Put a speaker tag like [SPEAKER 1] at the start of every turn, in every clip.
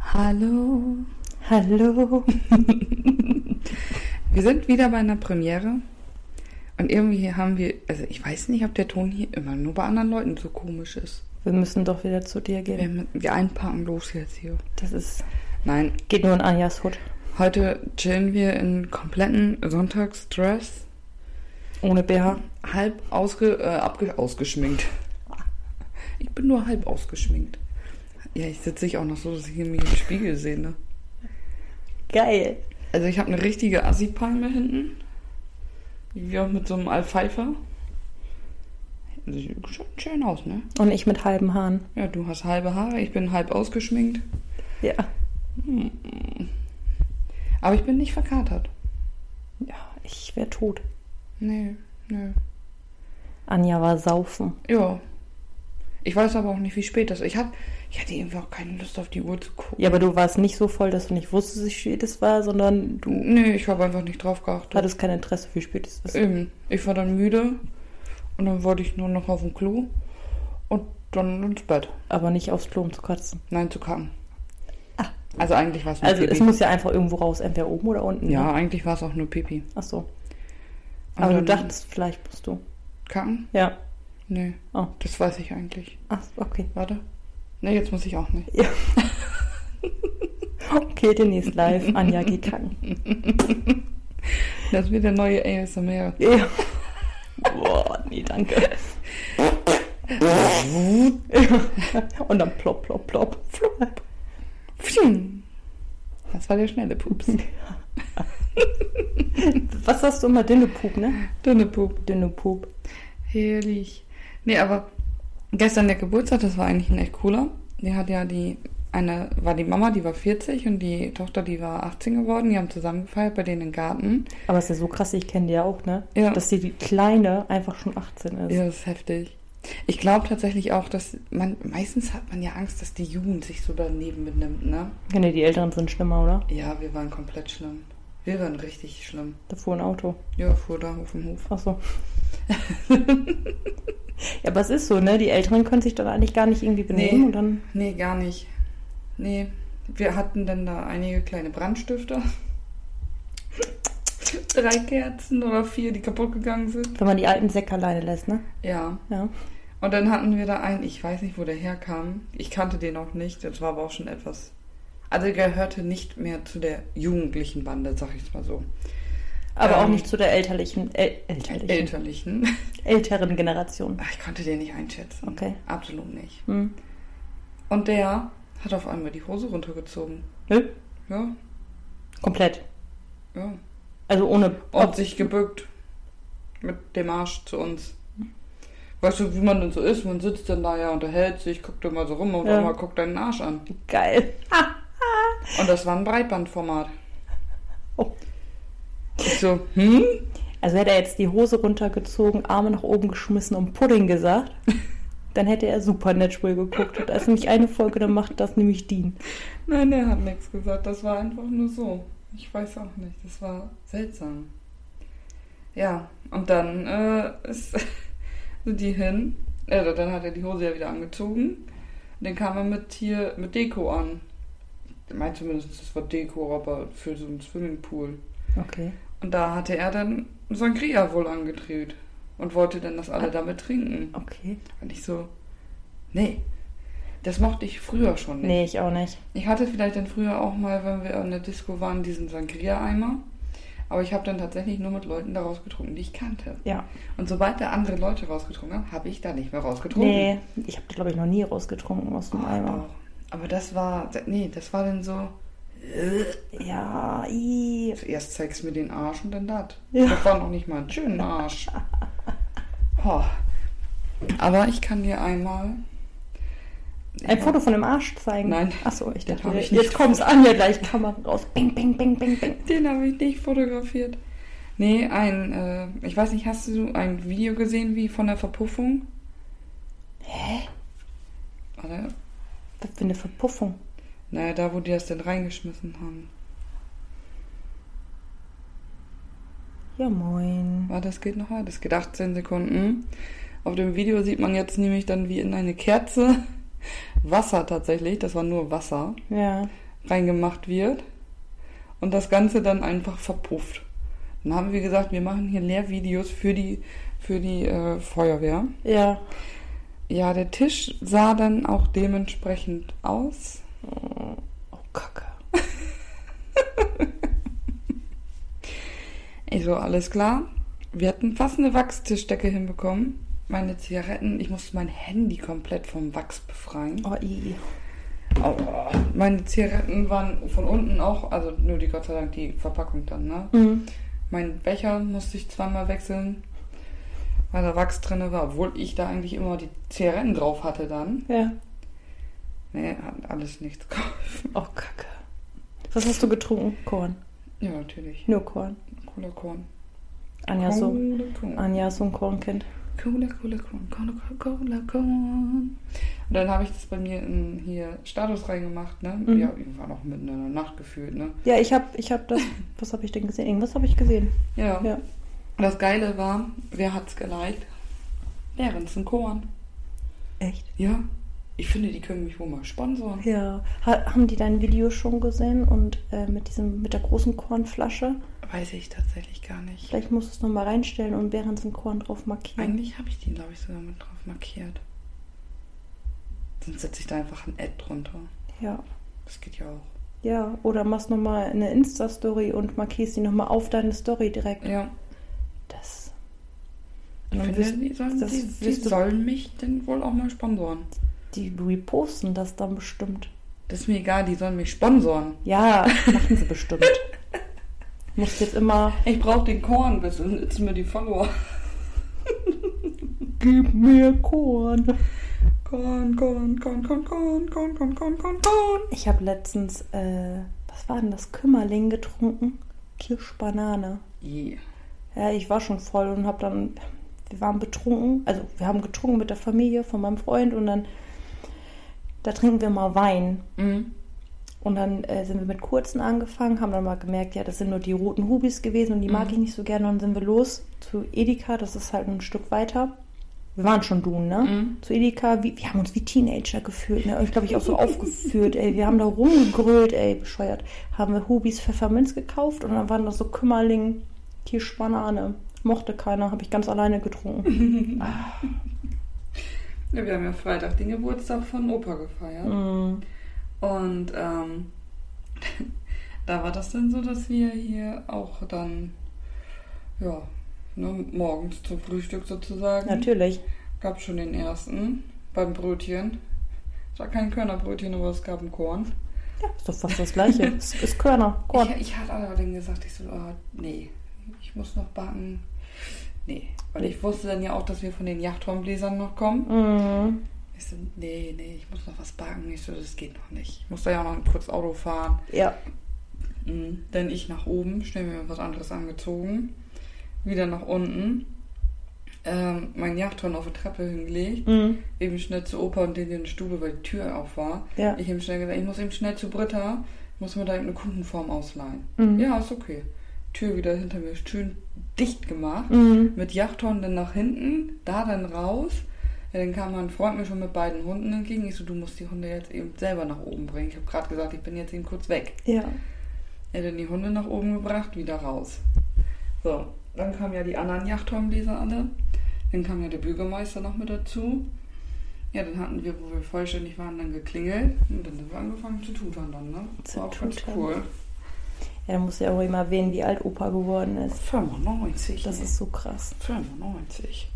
[SPEAKER 1] Hallo, hallo. wir sind wieder bei einer Premiere und irgendwie haben wir, also ich weiß nicht, ob der Ton hier immer nur bei anderen Leuten so komisch ist.
[SPEAKER 2] Wir müssen doch wieder zu dir
[SPEAKER 1] Wir,
[SPEAKER 2] gehen.
[SPEAKER 1] haben- wir einpacken los jetzt hier.
[SPEAKER 2] Das ist,
[SPEAKER 1] Nein,
[SPEAKER 2] geht nur in Anjas Hut.
[SPEAKER 1] heute chillen wir in kompletten Sonntagsdress,
[SPEAKER 2] Ohne BH.
[SPEAKER 1] halb ausge, äh, abge, ausgeschminkt. Ich bin nur halb ausgeschminkt. Ja, ich sitze ich auch noch so, dass ich hier mich im Spiegel sehe, ne?
[SPEAKER 2] Geil.
[SPEAKER 1] Also ich habe eine richtige Assi-Palme hinten. Wie auch mit so einem Alpfeifer. Sieht schon schön aus, ne?
[SPEAKER 2] Und ich mit halben Haaren.
[SPEAKER 1] Ja, du hast halbe Haare, ich bin halb ausgeschminkt.
[SPEAKER 2] Ja.
[SPEAKER 1] Aber ich bin nicht verkatert.
[SPEAKER 2] Ja, ich wär tot.
[SPEAKER 1] Nee, nee.
[SPEAKER 2] Anja war saufen.
[SPEAKER 1] Ja. Ich weiß aber auch nicht, wie spät das ist. Ich, hab, ich hatte irgendwie auch keine Lust auf die Uhr zu gucken.
[SPEAKER 2] Ja, aber du warst nicht so voll, dass du nicht wusstest, wie spät es war, sondern du
[SPEAKER 1] Nee, ich habe einfach nicht drauf geachtet.
[SPEAKER 2] hattest kein Interesse, wie spät es ist.
[SPEAKER 1] Eben. Ich war dann müde und dann wollte ich nur noch auf dem Klo und dann ins Bett.
[SPEAKER 2] Aber nicht aufs Klo, um zu kotzen.
[SPEAKER 1] Nein, zu kacken. Also eigentlich war es nur
[SPEAKER 2] Ah. Also
[SPEAKER 1] Pipi.
[SPEAKER 2] es muss ja einfach irgendwo raus, entweder oben oder unten.
[SPEAKER 1] ja,
[SPEAKER 2] Ne?
[SPEAKER 1] eigentlich war es auch nur Pipi.
[SPEAKER 2] Ach so.
[SPEAKER 1] Und
[SPEAKER 2] Aber du
[SPEAKER 1] dann
[SPEAKER 2] dachtest, vielleicht musst du.
[SPEAKER 1] Kacken?
[SPEAKER 2] Ja.
[SPEAKER 1] Nee.
[SPEAKER 2] Oh.
[SPEAKER 1] Das weiß ich eigentlich.
[SPEAKER 2] Ach, okay.
[SPEAKER 1] Warte. Nee, jetzt muss ich auch nicht.
[SPEAKER 2] Okay, demnächst live. Anja geht kacken.
[SPEAKER 1] Das wird der neue ASMR.
[SPEAKER 2] Ja. Boah, nee, danke. Und dann plopp, plopp, plopp. Flop.
[SPEAKER 1] Pfing. Das war der schnelle Pups.
[SPEAKER 2] Was hast du immer? Dünne Pup, ne?
[SPEAKER 1] Dünne Pup.
[SPEAKER 2] Dünne Pup.
[SPEAKER 1] Herrlich. Nee, aber gestern der Geburtstag, das war eigentlich ein echt cooler. Die hat ja die, eine war die Mama, die war 40 und die Tochter, die war 18 geworden. Die haben zusammen gefeiert bei denen im Garten.
[SPEAKER 2] Aber ist ja so krass, ich kenne die ja auch, ne?
[SPEAKER 1] Ja.
[SPEAKER 2] Dass die, die Kleine einfach schon 18 ist.
[SPEAKER 1] Ja, das ist heftig. Ich glaube tatsächlich auch, dass man, meistens hat man ja Angst, dass die Jugend sich so daneben benimmt, ne?
[SPEAKER 2] Ja, nee, Genau, die Älteren sind schlimmer, oder?
[SPEAKER 1] Ja, wir waren komplett schlimm. Wir waren richtig schlimm.
[SPEAKER 2] Da fuhr ein Auto.
[SPEAKER 1] Ja, fuhr da auf dem Hof.
[SPEAKER 2] Ach so. ja, aber es ist so, ne? Die Älteren können sich dann eigentlich gar nicht irgendwie benehmen
[SPEAKER 1] Nee.
[SPEAKER 2] und dann.
[SPEAKER 1] Nee, gar nicht. Nee, wir hatten dann da einige kleine Brandstifter. Drei Kerzen oder vier, die kaputt gegangen sind.
[SPEAKER 2] Wenn man die alten Säcke alleine lässt, ne?
[SPEAKER 1] Ja.
[SPEAKER 2] Ja.
[SPEAKER 1] Und dann hatten wir da einen, ich weiß nicht, wo der herkam. Ich kannte den auch nicht, das war aber auch schon etwas. Also er gehörte nicht mehr zu der jugendlichen Bande, sag ich es mal so.
[SPEAKER 2] Aber auch
[SPEAKER 1] Ähm.
[SPEAKER 2] nicht zu der elterlichen, äl elterlichen,
[SPEAKER 1] Elterlichen.
[SPEAKER 2] älteren Generation.
[SPEAKER 1] Ach, Ich konnte den nicht einschätzen.
[SPEAKER 2] Okay.
[SPEAKER 1] Absolut nicht.
[SPEAKER 2] Hm.
[SPEAKER 1] Und der hat auf einmal die Hose runtergezogen.
[SPEAKER 2] Nö,
[SPEAKER 1] Ja,
[SPEAKER 2] komplett.
[SPEAKER 1] ja.
[SPEAKER 2] Also ohne
[SPEAKER 1] Und sich gebückt. Mit dem Arsch zu uns.
[SPEAKER 2] Hm.
[SPEAKER 1] Weißt du, wie man denn so ist? Man sitzt dann da ja, unterhält sich, guckt immer so rum und
[SPEAKER 2] Ja.
[SPEAKER 1] mal guckt deinen Arsch an.
[SPEAKER 2] Geil.
[SPEAKER 1] Und das war ein Breitbandformat.
[SPEAKER 2] Oh.
[SPEAKER 1] Ich so, hm?
[SPEAKER 2] Also hätte er jetzt die Hose runtergezogen, Arme nach oben geschmissen und Pudding gesagt, dann hätte er Supernatural geguckt. Und da ist nämlich eine Folge, dann macht das nämlich Dean.
[SPEAKER 1] Nein, der hat nichts gesagt. Das war einfach nur so. Ich weiß auch nicht. Das war seltsam. Ja, und dann äh, ist, sind die hin. Äh, dann hat er die Hose ja wieder angezogen. Und dann kam er mit hier mit Deko an. Ich meine zumindest, das war Deko, aber für so einen Swimmingpool.
[SPEAKER 2] Okay.
[SPEAKER 1] Und da hatte er dann Sangria wohl angedreht und wollte dann, dass alle damit trinken.
[SPEAKER 2] Okay.
[SPEAKER 1] Und ich so, nee, das mochte ich früher schon nicht.
[SPEAKER 2] Nee, ich auch nicht.
[SPEAKER 1] Ich hatte vielleicht dann früher auch mal, wenn wir an der Disco waren, diesen Sangria-Eimer. Aber ich habe dann tatsächlich nur mit Leuten daraus getrunken, die ich kannte.
[SPEAKER 2] Ja.
[SPEAKER 1] Und sobald da andere Leute rausgetrunken haben, habe ich da nicht mehr rausgetrunken.
[SPEAKER 2] Nee, ich habe, glaube ich, noch nie rausgetrunken aus dem Eimer.
[SPEAKER 1] Aber, aber das war, nee, das war dann so,
[SPEAKER 2] Ja, i.
[SPEAKER 1] erst zeigst du mir den Arsch und dann das.
[SPEAKER 2] Ja.
[SPEAKER 1] Das war noch nicht mal ein schöner Arsch. Ho. Aber ich kann dir einmal,
[SPEAKER 2] Ein Foto von dem Arsch zeigen.
[SPEAKER 1] Nein.
[SPEAKER 2] Achso, ich dachte,
[SPEAKER 1] hab ich
[SPEAKER 2] jetzt,
[SPEAKER 1] nicht.
[SPEAKER 2] jetzt kommt's an, ja gleich Kamera raus. Bing, bing, bing, bing, bing.
[SPEAKER 1] den habe ich nicht fotografiert. Nee, ein, äh, ich weiß nicht, hast du ein Video gesehen wie von der Verpuffung?
[SPEAKER 2] Hä?
[SPEAKER 1] Warte.
[SPEAKER 2] Was für eine Verpuffung.
[SPEAKER 1] Naja, da, wo die das denn reingeschmissen haben.
[SPEAKER 2] Ja, moin.
[SPEAKER 1] Warte, das geht noch weiter. Das geht 18 Sekunden. Auf dem Video sieht man jetzt nämlich dann wie in eine Kerze Wasser tatsächlich. Das war nur Wasser.
[SPEAKER 2] Ja.
[SPEAKER 1] reingemacht wird und das Ganze dann einfach verpufft. Dann haben wir gesagt, wir machen hier Lehrvideos für die, für die äh, Feuerwehr.
[SPEAKER 2] Ja.
[SPEAKER 1] Ja, der Tisch sah dann auch dementsprechend aus.
[SPEAKER 2] Oh, Kacke.
[SPEAKER 1] Ich so, Also, alles klar. Wir hatten fast eine Wachstischdecke hinbekommen. Meine Zigaretten, ich musste mein Handy komplett vom Wachs befreien.
[SPEAKER 2] Oh, i.
[SPEAKER 1] Aua. Meine Zigaretten waren von unten auch, also nur die Gott sei Dank die Verpackung dann, ne?
[SPEAKER 2] Mhm.
[SPEAKER 1] Mein Becher musste ich zweimal wechseln, weil da Wachs drin war, obwohl ich da eigentlich immer die Zigaretten drauf hatte dann.
[SPEAKER 2] Ja.
[SPEAKER 1] Nee, hat alles nichts geholfen.
[SPEAKER 2] Oh, Kacke. Was hast du getrunken? Korn.
[SPEAKER 1] Ja, natürlich.
[SPEAKER 2] Nur Korn.
[SPEAKER 1] Cooler Korn.
[SPEAKER 2] Anja ist so,
[SPEAKER 1] Cooler Korn.
[SPEAKER 2] Anja ist so ein Kornkind.
[SPEAKER 1] Cola, Cola, Korn, Cola, Cola, Cola, Korn. Und dann habe ich das bei mir in hier Status reingemacht, ne?
[SPEAKER 2] Mhm.
[SPEAKER 1] Ja, irgendwann auch mitten in der Nacht gefühlt, ne?
[SPEAKER 2] Ja, ich hab, ich hab das. Was habe ich denn gesehen? Irgendwas habe ich gesehen.
[SPEAKER 1] Ja.
[SPEAKER 2] Ja.
[SPEAKER 1] Das Geile war, wer hat's geliked? Behrensen Korn.
[SPEAKER 2] Echt?
[SPEAKER 1] Ja. Ich finde, die können mich wohl mal sponsoren.
[SPEAKER 2] Ja. Ha, haben die dein Video schon gesehen und äh, mit diesem, mit der großen Kornflasche?
[SPEAKER 1] Weiß ich tatsächlich gar nicht.
[SPEAKER 2] Vielleicht musst du es nochmal reinstellen und während zum Korn drauf markieren.
[SPEAKER 1] Eigentlich habe ich die, glaube ich, sogar mit drauf markiert. Sonst setze ich da einfach ein Ad drunter.
[SPEAKER 2] Ja.
[SPEAKER 1] Das geht ja auch.
[SPEAKER 2] Ja. Oder machst nochmal eine Insta-Story und markierst die nochmal auf deine Story direkt.
[SPEAKER 1] Ja.
[SPEAKER 2] Das.
[SPEAKER 1] Ich
[SPEAKER 2] Und dann
[SPEAKER 1] finde,
[SPEAKER 2] wirst-
[SPEAKER 1] die sollen,
[SPEAKER 2] das
[SPEAKER 1] die, die
[SPEAKER 2] wirst du-
[SPEAKER 1] sollen mich denn wohl auch mal sponsoren.
[SPEAKER 2] Die reposten das dann bestimmt.
[SPEAKER 1] Das ist mir egal, die sollen mich sponsoren.
[SPEAKER 2] Ja, machen sie bestimmt. Musst jetzt immer.
[SPEAKER 1] Ich brauche den Korn, bis sitzen mir die Follower.
[SPEAKER 2] Gib mir Korn.
[SPEAKER 1] Korn, Korn, Korn, Korn, Korn, Korn, Korn, Korn, Korn, Korn.
[SPEAKER 2] Ich habe letztens, äh, was war denn das? Kümmerling getrunken? Kirschbanane.
[SPEAKER 1] Yeah.
[SPEAKER 2] Ja, ich war schon voll und habe dann, wir waren betrunken, also wir haben getrunken mit der Familie von meinem Freund und dann, da trinken wir mal Wein.
[SPEAKER 1] Mhm.
[SPEAKER 2] Und dann äh, sind wir mit kurzen angefangen, haben dann mal gemerkt, ja, das sind nur die roten Hubis gewesen und die mag
[SPEAKER 1] Mhm.
[SPEAKER 2] ich nicht so gerne. Und dann sind wir los zu Edeka, das ist halt ein Stück weiter. Wir waren schon dun, ne?
[SPEAKER 1] Mhm.
[SPEAKER 2] Zu Edeka, wie, wir haben uns wie Teenager gefühlt, ne? Ich glaube, ich auch so aufgeführt, ey. Wir haben da rumgegrölt, ey, bescheuert. Haben wir Hubis Pfefferminz gekauft und dann waren das so Kümmerling, Kirschbanane. Mochte keiner, habe ich ganz alleine getrunken.
[SPEAKER 1] Ja, wir haben ja Freitag den Geburtstag von Opa gefeiert.
[SPEAKER 2] Mm.
[SPEAKER 1] Und ähm, da war das dann so, dass wir hier auch dann, ja, ne, morgens zum Frühstück sozusagen.
[SPEAKER 2] Natürlich.
[SPEAKER 1] Gab schon den ersten beim Brötchen. Es war kein Körnerbrötchen, aber es gab ein Korn.
[SPEAKER 2] Ja, ist doch fast das Gleiche. ist, ist Körner, Korn.
[SPEAKER 1] Ich, ich hatte allerdings gesagt, ich so, ah, nee, ich muss noch backen. Nee, weil ich wusste dann ja auch, dass wir von den Yachthornbläsern noch kommen.
[SPEAKER 2] Mm.
[SPEAKER 1] Ich so, nee, nee, ich muss noch was backen. Ich so, das geht noch nicht. Ich muss da ja auch noch kurz Auto fahren.
[SPEAKER 2] Ja.
[SPEAKER 1] Mhm. Dann ich nach oben, schnell mir was anderes angezogen. Wieder nach unten. Ähm, mein Yachthorn auf die Treppe hingelegt.
[SPEAKER 2] Mm.
[SPEAKER 1] Eben schnell zu Opa und den in die Stube, weil die Tür auf war.
[SPEAKER 2] Ja.
[SPEAKER 1] Ich ihm schnell gesagt, ich muss eben schnell zu Britta, muss mir da eine Kuchenform ausleihen.
[SPEAKER 2] Mhm.
[SPEAKER 1] Ja, ist okay. Tür wieder hinter mir schön dicht gemacht.
[SPEAKER 2] Mhm.
[SPEAKER 1] Mit Yachthorn dann nach hinten, da dann raus. Ja, dann kam mein Freund mir schon mit beiden Hunden entgegen. Ich so, du musst die Hunde jetzt eben selber nach oben bringen. Ich habe gerade gesagt, ich bin jetzt eben kurz weg.
[SPEAKER 2] Ja.
[SPEAKER 1] Er hat dann die Hunde nach oben gebracht, wieder raus. So, dann kamen ja die anderen Yachthornbläser alle. Dann kam ja der Bürgermeister noch mit dazu. Ja, dann hatten wir, wo wir vollständig waren, dann geklingelt. Und dann haben wir angefangen zu tutern dann, ne?
[SPEAKER 2] Zu
[SPEAKER 1] War auch ganz
[SPEAKER 2] tutern.
[SPEAKER 1] cool.
[SPEAKER 2] Ja, da muss ja auch immer erwähnen, wie alt Opa geworden ist.
[SPEAKER 1] 95.
[SPEAKER 2] Das
[SPEAKER 1] ey.
[SPEAKER 2] ist so krass.
[SPEAKER 1] 95.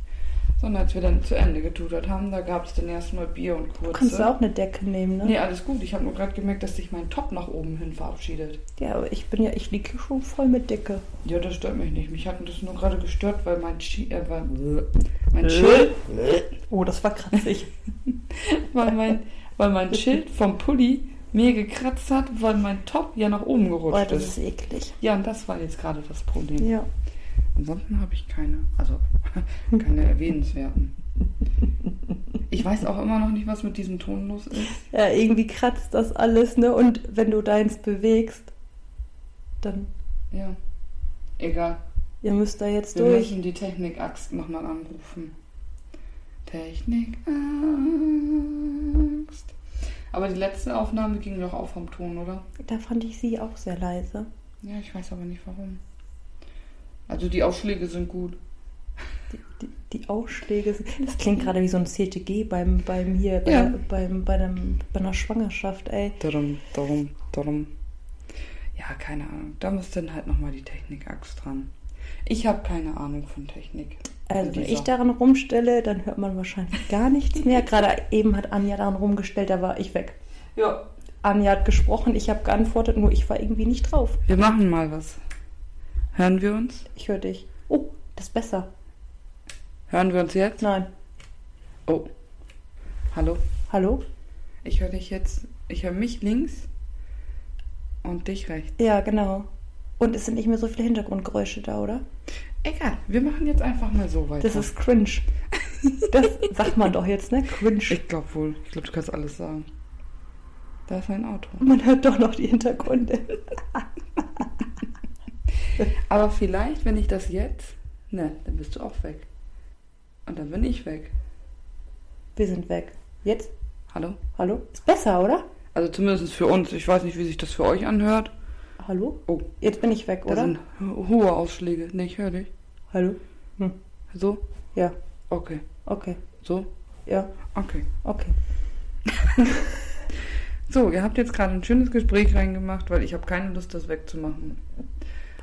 [SPEAKER 1] Sondern als wir dann zu Ende getutert haben, da gab es dann erstmal Bier und Kurze.
[SPEAKER 2] Du kannst du auch eine Decke nehmen, ne?
[SPEAKER 1] Nee, alles gut. Ich habe nur gerade gemerkt, dass sich mein Top nach oben hin verabschiedet.
[SPEAKER 2] Ja, aber ich bin ja, ich liege schon voll mit Decke.
[SPEAKER 1] Ja, das stört mich nicht. Mich hat das nur gerade gestört, weil mein, Schi äh, weil, mein
[SPEAKER 2] Äh.
[SPEAKER 1] Schild,
[SPEAKER 2] Oh, das war kratzig.
[SPEAKER 1] weil mein, weil mein Schild vom Pulli mir gekratzt hat, weil mein Top ja nach oben
[SPEAKER 2] Oh,
[SPEAKER 1] gerutscht
[SPEAKER 2] das
[SPEAKER 1] ist.
[SPEAKER 2] ist eklig.
[SPEAKER 1] Ja, und das war jetzt gerade das Problem.
[SPEAKER 2] Ja.
[SPEAKER 1] Ansonsten habe ich keine, also keine erwähnenswerten. Ich weiß auch immer noch nicht, was mit diesem Ton los ist.
[SPEAKER 2] ja, irgendwie kratzt das alles, ne? Und wenn du deins bewegst, dann,
[SPEAKER 1] Ja. Egal.
[SPEAKER 2] ihr müsst da jetzt
[SPEAKER 1] Wir
[SPEAKER 2] durch.
[SPEAKER 1] müssen die Technik-Axt nochmal anrufen. Technik-Axt. Aber die letzte Aufnahme ging doch auch vom Ton, oder?
[SPEAKER 2] Da fand ich sie auch sehr leise.
[SPEAKER 1] Ja, ich weiß aber nicht warum. Also die Aufschläge sind gut.
[SPEAKER 2] Die, die, die Ausschläge sind. Das klingt gerade wie so ein CTG beim, beim hier, bei,
[SPEAKER 1] Ja.
[SPEAKER 2] beim, bei, einem, bei einer Schwangerschaft, ey.
[SPEAKER 1] Darum, darum, darum. Ja, keine Ahnung. Da muss dann halt nochmal die Technik-Axt dran. Ich habe keine Ahnung von Technik.
[SPEAKER 2] Also
[SPEAKER 1] In
[SPEAKER 2] wenn
[SPEAKER 1] dieser-
[SPEAKER 2] ich daran rumstelle, dann hört man wahrscheinlich gar nichts mehr. Gerade eben hat Anja daran rumgestellt, da war ich weg.
[SPEAKER 1] Ja,
[SPEAKER 2] Anja hat gesprochen, ich habe geantwortet, nur ich war irgendwie nicht drauf.
[SPEAKER 1] wir machen mal was. Hören wir uns?
[SPEAKER 2] Ich höre dich. Oh, das ist besser.
[SPEAKER 1] Hören wir uns jetzt?
[SPEAKER 2] Nein.
[SPEAKER 1] Oh. Hallo?
[SPEAKER 2] Hallo?
[SPEAKER 1] Ich höre dich jetzt. Ich höre mich links und dich rechts.
[SPEAKER 2] Ja, genau. Und es sind nicht mehr so viele Hintergrundgeräusche da, oder?
[SPEAKER 1] Egal, wir machen jetzt einfach mal so weiter.
[SPEAKER 2] Das ist cringe. Das sagt man doch jetzt, ne? Cringe.
[SPEAKER 1] ich glaube wohl. Ich glaube, du kannst alles sagen. Da ist ein Auto.
[SPEAKER 2] Man hört doch noch die Hintergründe.
[SPEAKER 1] Aber vielleicht, wenn ich das jetzt. Ne, dann bist du auch weg. Und dann bin ich weg.
[SPEAKER 2] Wir sind weg. Jetzt?
[SPEAKER 1] Hallo?
[SPEAKER 2] Hallo? Ist besser, oder?
[SPEAKER 1] Also zumindest für uns. Ich weiß nicht, wie sich das für euch anhört.
[SPEAKER 2] Hallo?
[SPEAKER 1] Oh,
[SPEAKER 2] Jetzt bin ich weg,
[SPEAKER 1] da
[SPEAKER 2] oder?
[SPEAKER 1] sind ho- hohe Ausschläge. Ne, ich höre dich.
[SPEAKER 2] Hallo? Hm.
[SPEAKER 1] So?
[SPEAKER 2] Ja,
[SPEAKER 1] Okay.
[SPEAKER 2] okay.
[SPEAKER 1] So?
[SPEAKER 2] Ja,
[SPEAKER 1] Okay.
[SPEAKER 2] okay.
[SPEAKER 1] So, ihr habt jetzt gerade ein schönes Gespräch reingemacht, weil ich habe keine Lust, das wegzumachen.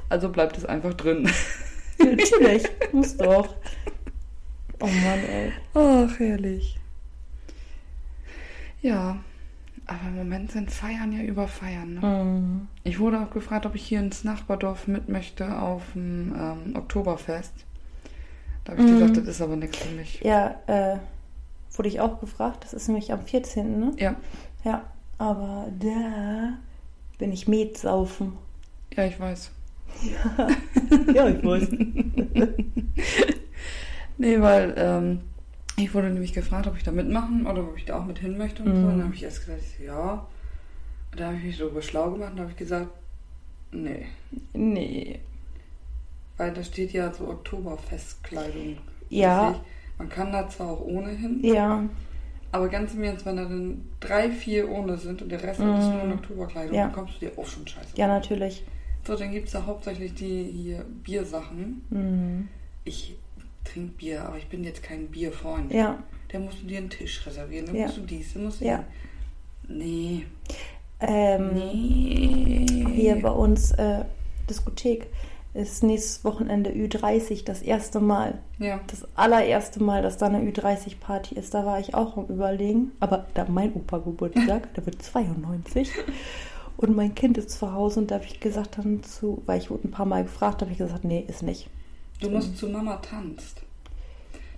[SPEAKER 1] Also bleibt es einfach drin.
[SPEAKER 2] Natürlich. Muss doch. Oh Mann, ey.
[SPEAKER 1] Ach, herrlich. Ja, aber im Moment sind Feiern ja über Feiern. Ne?
[SPEAKER 2] Mhm.
[SPEAKER 1] Ich wurde auch gefragt, ob ich hier ins Nachbardorf mit möchte auf dem ähm, Oktoberfest. Da habe ich
[SPEAKER 2] Mhm.
[SPEAKER 1] gesagt, das ist aber nichts für mich.
[SPEAKER 2] Ja, äh, wurde ich auch gefragt. Das ist nämlich am 14., ne?
[SPEAKER 1] Ja,
[SPEAKER 2] Ja, aber da bin ich Metsaufen.
[SPEAKER 1] ja, ich weiß.
[SPEAKER 2] Ja, ich weiß.
[SPEAKER 1] Nee, weil ähm, ich wurde nämlich gefragt, ob ich da mitmachen oder ob ich da auch mit hin möchte und so.
[SPEAKER 2] Mhm.
[SPEAKER 1] Und dann habe ich erst gesagt, ich so, ja. Und da habe ich mich darüber schlau gemacht und habe ich gesagt, nee.
[SPEAKER 2] Nee.
[SPEAKER 1] Weil da steht ja so Oktoberfestkleidung.
[SPEAKER 2] Ja.
[SPEAKER 1] mäßig. Man kann da zwar auch ohne hin,
[SPEAKER 2] Ja,
[SPEAKER 1] aber ganz im Ernst, wenn da dann drei, vier ohne sind und der Rest ist nur in
[SPEAKER 2] Mhm.
[SPEAKER 1] Oktoberkleidung,
[SPEAKER 2] Ja.
[SPEAKER 1] dann kommst du dir auch schon scheiße.
[SPEAKER 2] ja, natürlich.
[SPEAKER 1] So, dann gibt es da hauptsächlich die hier Biersachen.
[SPEAKER 2] Mhm.
[SPEAKER 1] Ich trinke Bier, aber ich bin jetzt kein Bierfreund.
[SPEAKER 2] Ja,
[SPEAKER 1] Dann musst du dir einen Tisch reservieren, dann
[SPEAKER 2] Ja.
[SPEAKER 1] musst du dies, dann musst du
[SPEAKER 2] Ja.
[SPEAKER 1] Nee.
[SPEAKER 2] ähm,
[SPEAKER 1] Nee.
[SPEAKER 2] hier bei uns äh, Diskothek ist nächstes Wochenende Ü30 das erste Mal.
[SPEAKER 1] Ja.
[SPEAKER 2] Das allererste Mal, dass da eine Ü30-Party ist, da war ich auch am Überlegen. Aber da mein Opa Geburtstag, der wird 92. Und mein Kind ist zu Hause und da habe ich gesagt dann zu, weil ich wurde ein paar Mal gefragt, habe ich gesagt, nee, ist nicht.
[SPEAKER 1] Du musst zu Mama tanzt.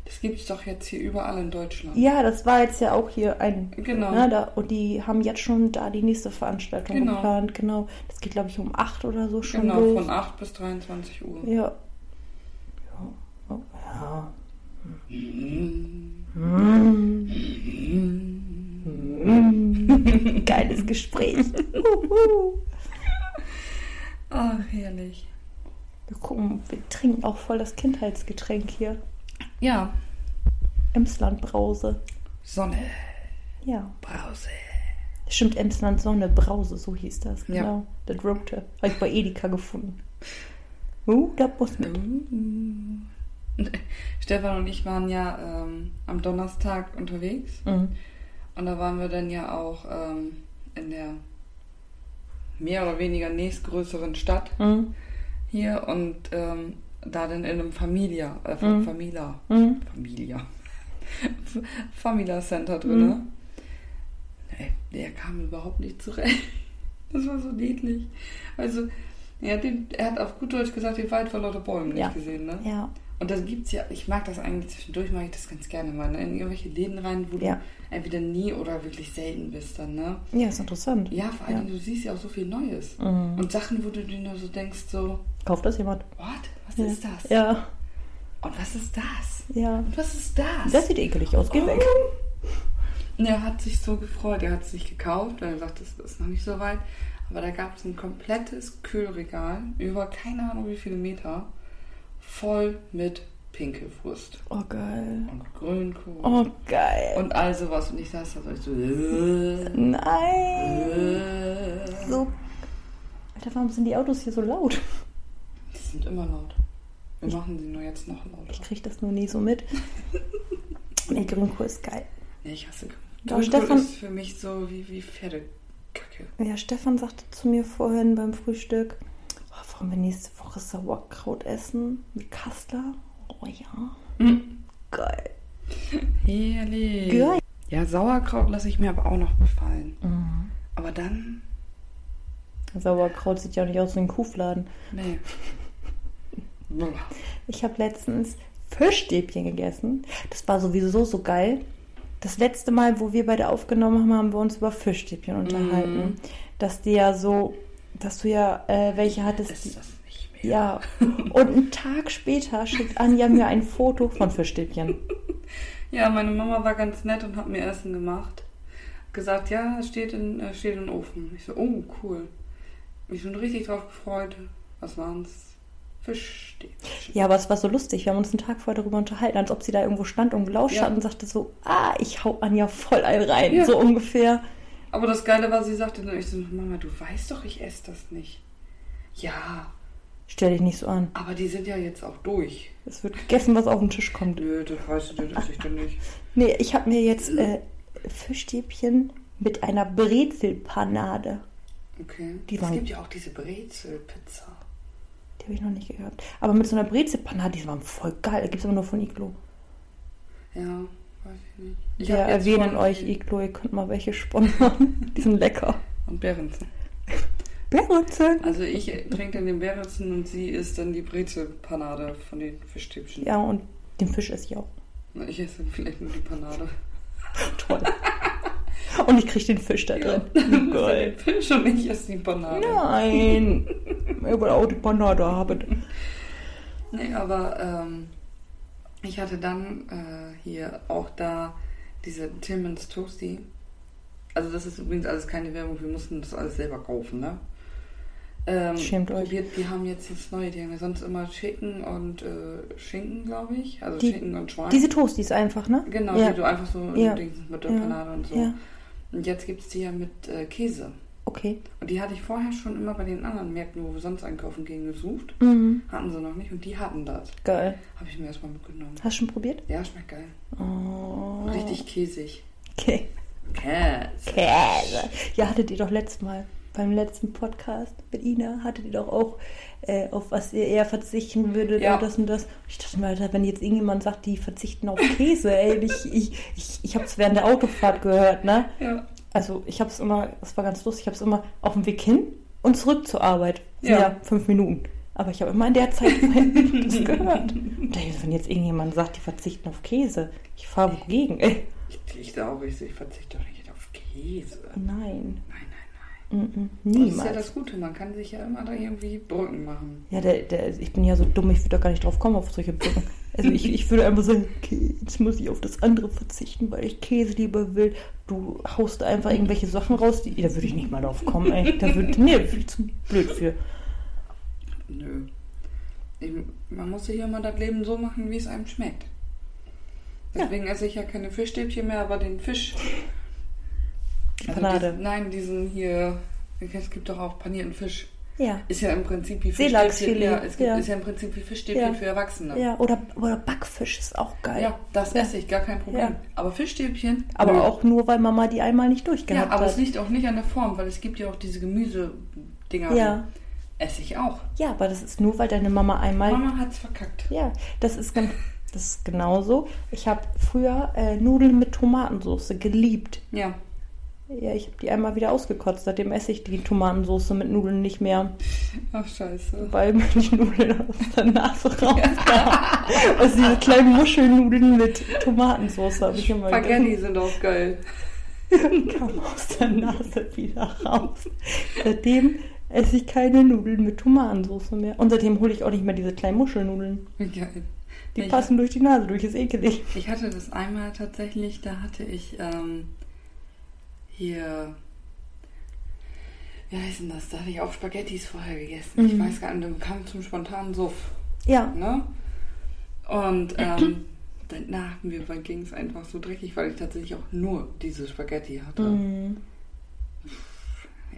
[SPEAKER 1] Das gibt's doch jetzt hier überall in Deutschland.
[SPEAKER 2] Ja, das war jetzt ja auch hier ein.
[SPEAKER 1] Genau.
[SPEAKER 2] Ne, da, und die haben jetzt schon da die nächste Veranstaltung
[SPEAKER 1] Genau.
[SPEAKER 2] geplant. Genau. Das geht, glaube ich, um 8 oder so schon
[SPEAKER 1] Genau,
[SPEAKER 2] los.
[SPEAKER 1] von 8 bis 23 Uhr.
[SPEAKER 2] ja. Ja. Oh, ja.
[SPEAKER 1] Mm.
[SPEAKER 2] Geiles Gespräch. Uhu.
[SPEAKER 1] Ach, herrlich.
[SPEAKER 2] wir gucken, wir trinken auch voll das Kindheitsgetränk hier.
[SPEAKER 1] Ja,
[SPEAKER 2] Emsland Brause.
[SPEAKER 1] Sonne,
[SPEAKER 2] Ja.
[SPEAKER 1] Brause.
[SPEAKER 2] Stimmt, Emsland Sonne Brause, so hieß das.
[SPEAKER 1] Ja.
[SPEAKER 2] Genau. Das rote. Habe ich bei Edeka gefunden. Uh, da muss mit.
[SPEAKER 1] Stefan und ich waren ja ähm, am Donnerstag unterwegs
[SPEAKER 2] Mhm.
[SPEAKER 1] und da waren wir dann ja auch ähm, in der mehr oder weniger nächstgrößeren Stadt
[SPEAKER 2] Mhm.
[SPEAKER 1] hier und ähm, da dann in einem Familia, äh,
[SPEAKER 2] Mhm.
[SPEAKER 1] Familia,
[SPEAKER 2] Mhm.
[SPEAKER 1] Familia, F- Familia Center drin. ne?
[SPEAKER 2] Mhm.
[SPEAKER 1] Ey, der kam überhaupt nicht zurecht. Das war so niedlich. Also, er hat, den, er hat auf gut Deutsch gesagt, den Wald vor lauter Bäumen
[SPEAKER 2] Ja.
[SPEAKER 1] nicht gesehen, ne?
[SPEAKER 2] Ja,
[SPEAKER 1] Und das gibt's ja, ich mag das eigentlich zwischendurch, mag ich das ganz gerne mal, ne? in irgendwelche Läden rein, wo
[SPEAKER 2] Ja.
[SPEAKER 1] du entweder nie oder wirklich selten bist dann, ne?
[SPEAKER 2] ja, ist interessant.
[SPEAKER 1] Ja, vor allem,
[SPEAKER 2] Ja.
[SPEAKER 1] du siehst ja auch so viel Neues.
[SPEAKER 2] Mhm.
[SPEAKER 1] Und Sachen, wo du dir nur so denkst, so,
[SPEAKER 2] Kauft das jemand?
[SPEAKER 1] what? Was
[SPEAKER 2] ja.
[SPEAKER 1] ist das?
[SPEAKER 2] Ja,
[SPEAKER 1] Und was ist das?
[SPEAKER 2] ja.
[SPEAKER 1] Und was ist das?
[SPEAKER 2] Das sieht ekelig aus. Geh weg.
[SPEAKER 1] Und er hat sich so gefreut, er hat es nicht gekauft, weil er sagt, das ist noch nicht so weit. Aber da gab es ein komplettes Kühlregal über keine Ahnung wie viele Meter, voll mit Pinkelwurst
[SPEAKER 2] Oh, geil.
[SPEAKER 1] und Grünkohl
[SPEAKER 2] Oh, geil.
[SPEAKER 1] und all sowas. Und ich saß da so, ich so äh,
[SPEAKER 2] Nein.
[SPEAKER 1] äh.
[SPEAKER 2] So. Alter, warum sind die Autos hier so laut?
[SPEAKER 1] Die sind immer laut. Wir machen sie nur jetzt noch lauter.
[SPEAKER 2] Ich krieg das nur nie so mit. Nee, Grünkohl ist geil.
[SPEAKER 1] Nee, ich hasse Grünkohl.
[SPEAKER 2] Doch,
[SPEAKER 1] Grünkohl
[SPEAKER 2] Stefan-
[SPEAKER 1] ist für mich so wie, wie Pferdekacke.
[SPEAKER 2] Ja, Stefan sagte zu mir vorhin beim Frühstück, oh, wollen wir nächste Woche Sauerkraut essen mit Kassler? Oh ja.
[SPEAKER 1] Mhm.
[SPEAKER 2] Geil.
[SPEAKER 1] Herrlich.
[SPEAKER 2] Hm. Geil.
[SPEAKER 1] Ja, Sauerkraut lasse ich mir aber auch noch gefallen. Aber dann,
[SPEAKER 2] Mhm. Sauerkraut sieht ja nicht aus wie ein Kuhfladen.
[SPEAKER 1] nee. Boah.
[SPEAKER 2] Ich habe letztens Fischstäbchen gegessen. Das war sowieso so geil. Das letzte Mal, wo wir beide aufgenommen haben, haben wir uns über Fischstäbchen unterhalten.
[SPEAKER 1] Mhm.
[SPEAKER 2] Dass die ja so, dass du ja äh, welche hattest. die-
[SPEAKER 1] Ist das nicht mehr?
[SPEAKER 2] Ja. Und einen Tag später schickt Anja mir ein Foto von Fischstäbchen.
[SPEAKER 1] Ja, meine Mama war ganz nett und hat mir Essen gemacht. Hat Gesagt, ja, es steht in, äh, steht im Ofen. Ich so, oh, cool. Mich schon richtig drauf gefreut. Was waren's? Fischstäbchen.
[SPEAKER 2] Ja, aber es war so lustig. Wir haben uns einen Tag vorher darüber unterhalten, als ob sie da irgendwo stand und gelauscht
[SPEAKER 1] Ja.
[SPEAKER 2] hat und sagte so, ah, ich hau Anja voll ein rein.
[SPEAKER 1] Ja.
[SPEAKER 2] So ungefähr.
[SPEAKER 1] Aber das Geile war, sie sagte dann, ich so, Mama, du weißt doch, ich esse das nicht. Ja,
[SPEAKER 2] Stell dich nicht so an.
[SPEAKER 1] aber die sind ja jetzt auch durch.
[SPEAKER 2] Es wird gegessen, was auf den Tisch kommt.
[SPEAKER 1] Nö, das weißt du, das esse ich doch nicht.
[SPEAKER 2] Nee, ich habe mir jetzt äh, Fischstäbchen mit einer Brezelpanade.
[SPEAKER 1] Okay.
[SPEAKER 2] Die
[SPEAKER 1] es
[SPEAKER 2] waren-
[SPEAKER 1] gibt ja auch diese Brezelpizza.
[SPEAKER 2] Die habe ich noch nicht gehabt. Aber mit so einer Brezelpanade, die waren voll geil. Gibt es aber nur von Iglo.
[SPEAKER 1] Ja, weiß ich nicht. Ich
[SPEAKER 2] Wir
[SPEAKER 1] hab jetzt
[SPEAKER 2] erwähnen
[SPEAKER 1] von-
[SPEAKER 2] euch Iglo, ihr könnt mal welche sponsern. die sind lecker.
[SPEAKER 1] Und Berenzen.
[SPEAKER 2] Brezeln.
[SPEAKER 1] Also ich trinke dann den Berenzen und sie isst dann die Brezelpanade von den Fischstäbchen.
[SPEAKER 2] Ja, und den Fisch esse ich auch.
[SPEAKER 1] Na, Ich esse vielleicht nur die Panade.
[SPEAKER 2] Toll. Und ich kriege den Fisch da
[SPEAKER 1] Ja.
[SPEAKER 2] drin. Geil.
[SPEAKER 1] Also Den Fisch und ich esse die Panade.
[SPEAKER 2] Nein. Ich will auch die Panade haben.
[SPEAKER 1] Nee, aber ähm, ich hatte dann äh, hier auch da diese Timmins Toasty. Also das ist übrigens alles keine Werbung, wir mussten das alles selber kaufen, ne? Ähm,
[SPEAKER 2] Schämt euch.
[SPEAKER 1] probiert, Die haben jetzt das Neue, die haben ja sonst immer Chicken und äh, Schinken, glaube ich. Also
[SPEAKER 2] Die-
[SPEAKER 1] Schinken und Schwein.
[SPEAKER 2] Diese Toasties einfach, ne?
[SPEAKER 1] Genau,
[SPEAKER 2] Ja.
[SPEAKER 1] die du einfach so
[SPEAKER 2] Ja.
[SPEAKER 1] Dings mit der
[SPEAKER 2] Ja.
[SPEAKER 1] Panade und so.
[SPEAKER 2] Ja,
[SPEAKER 1] Und jetzt gibt es die ja mit äh, Käse.
[SPEAKER 2] okay.
[SPEAKER 1] Und die hatte ich vorher schon immer bei den anderen Märkten, wo wir sonst einkaufen gehen, gesucht.
[SPEAKER 2] Mhm.
[SPEAKER 1] Hatten sie noch nicht und die hatten das.
[SPEAKER 2] Geil.
[SPEAKER 1] Habe ich mir erstmal mitgenommen.
[SPEAKER 2] Hast du schon probiert?
[SPEAKER 1] Ja, schmeckt geil.
[SPEAKER 2] Oh.
[SPEAKER 1] Richtig käsig.
[SPEAKER 2] Okay.
[SPEAKER 1] Käse.
[SPEAKER 2] Käse. Ja, hattet ihr doch letztes Mal beim letzten Podcast mit Ina, hattet ihr doch auch, äh, auf was ihr eher verzichten würdet
[SPEAKER 1] Ja.
[SPEAKER 2] und das und das. Ich dachte mir, Alter, wenn jetzt irgendjemand sagt, die verzichten auf Käse, ey, ich, ich, ich, ich habe es während der Autofahrt gehört, ne?
[SPEAKER 1] Ja.
[SPEAKER 2] Also ich habe es immer, das war ganz lustig, ich habe es immer auf dem Weg hin und zurück zur Arbeit. Sind
[SPEAKER 1] Ja.
[SPEAKER 2] ja. fünf Minuten. Aber ich habe immer in der Zeit das gehört. Und dachte ich, wenn jetzt irgendjemand sagt, die verzichten auf Käse, ich fahre gegen. Äh, Ey.
[SPEAKER 1] Ich, ich da auch richtig, ich verzichte doch nicht auf Käse. Nein,
[SPEAKER 2] Nein,
[SPEAKER 1] nein, nein.
[SPEAKER 2] mhm,
[SPEAKER 1] Und Das ist
[SPEAKER 2] niemals.
[SPEAKER 1] ja das Gute, man kann sich ja immer da irgendwie Brücken machen.
[SPEAKER 2] Ja, der, der, ich bin ja so dumm, ich würde da gar nicht drauf kommen auf solche Brücken. Also ich, ich würde einfach sagen, okay, jetzt muss ich auf das andere verzichten, weil ich Käse lieber will. Du haust da einfach irgendwelche Sachen raus, die, da würde ich nicht mal drauf kommen, ey. Da würde nee, da bin ich zu blöd für.
[SPEAKER 1] Nö. Ich, man muss sich ja immer das Leben so machen, wie es einem schmeckt. Deswegen esse ich ja keine Fischstäbchen mehr, aber den Fisch. also
[SPEAKER 2] Panade.
[SPEAKER 1] diesen, nein, diesen hier. Es gibt doch auch panierten Fisch.
[SPEAKER 2] Ja.
[SPEAKER 1] Ist ja im Prinzip wie
[SPEAKER 2] Seelachsfilet,
[SPEAKER 1] Ja, es gibt,
[SPEAKER 2] ja.
[SPEAKER 1] ist ja im Prinzip wie Fischstäbchen
[SPEAKER 2] Ja.
[SPEAKER 1] für Erwachsene.
[SPEAKER 2] Ja, oder, oder Backfisch ist auch geil.
[SPEAKER 1] Ja, das esse ich, gar kein Problem.
[SPEAKER 2] Ja.
[SPEAKER 1] Aber Fischstäbchen.
[SPEAKER 2] Aber
[SPEAKER 1] nö.
[SPEAKER 2] auch nur, weil Mama die einmal nicht
[SPEAKER 1] Ja,
[SPEAKER 2] durchgehabt
[SPEAKER 1] aber es
[SPEAKER 2] hat.
[SPEAKER 1] liegt auch nicht an der Form, weil es gibt ja auch diese Gemüse-Dinger.
[SPEAKER 2] Ja.
[SPEAKER 1] Esse ich auch.
[SPEAKER 2] Ja, aber das ist nur, weil deine Mama einmal.
[SPEAKER 1] Mama hat's verkackt.
[SPEAKER 2] Ja, das ist, gen- das ist genauso. Ich habe früher äh, Nudeln mit Tomatensauce geliebt.
[SPEAKER 1] Ja.
[SPEAKER 2] Ja, ich habe die einmal wieder ausgekotzt. Seitdem esse ich die Tomatensauce mit Nudeln nicht mehr,
[SPEAKER 1] Ach, scheiße.
[SPEAKER 2] weil mir die Nudeln aus der Nase rauskamen. Also diese kleinen Muschelnudeln mit Tomatensauce habe ich immer
[SPEAKER 1] Spaghetti sind auch geil.
[SPEAKER 2] gegessen. kam aus der Nase wieder raus. Seitdem esse ich keine Nudeln mit Tomatensauce mehr. Und seitdem hole ich auch nicht mehr diese kleinen Muschelnudeln.
[SPEAKER 1] Wie geil.
[SPEAKER 2] Die
[SPEAKER 1] ich,
[SPEAKER 2] passen durch die Nase durch, ist ekelig.
[SPEAKER 1] ich hatte das einmal tatsächlich, da hatte ich ähm, hier. Wie heißt denn das? Da hatte ich auch Spaghettis vorher gegessen. Ich
[SPEAKER 2] Mhm.
[SPEAKER 1] weiß gar nicht, kam zum spontanen Suff.
[SPEAKER 2] Ja,
[SPEAKER 1] Ne? Und ähm, Danach mir ging es einfach so dreckig, weil ich tatsächlich auch nur diese Spaghetti hatte.
[SPEAKER 2] Mhm.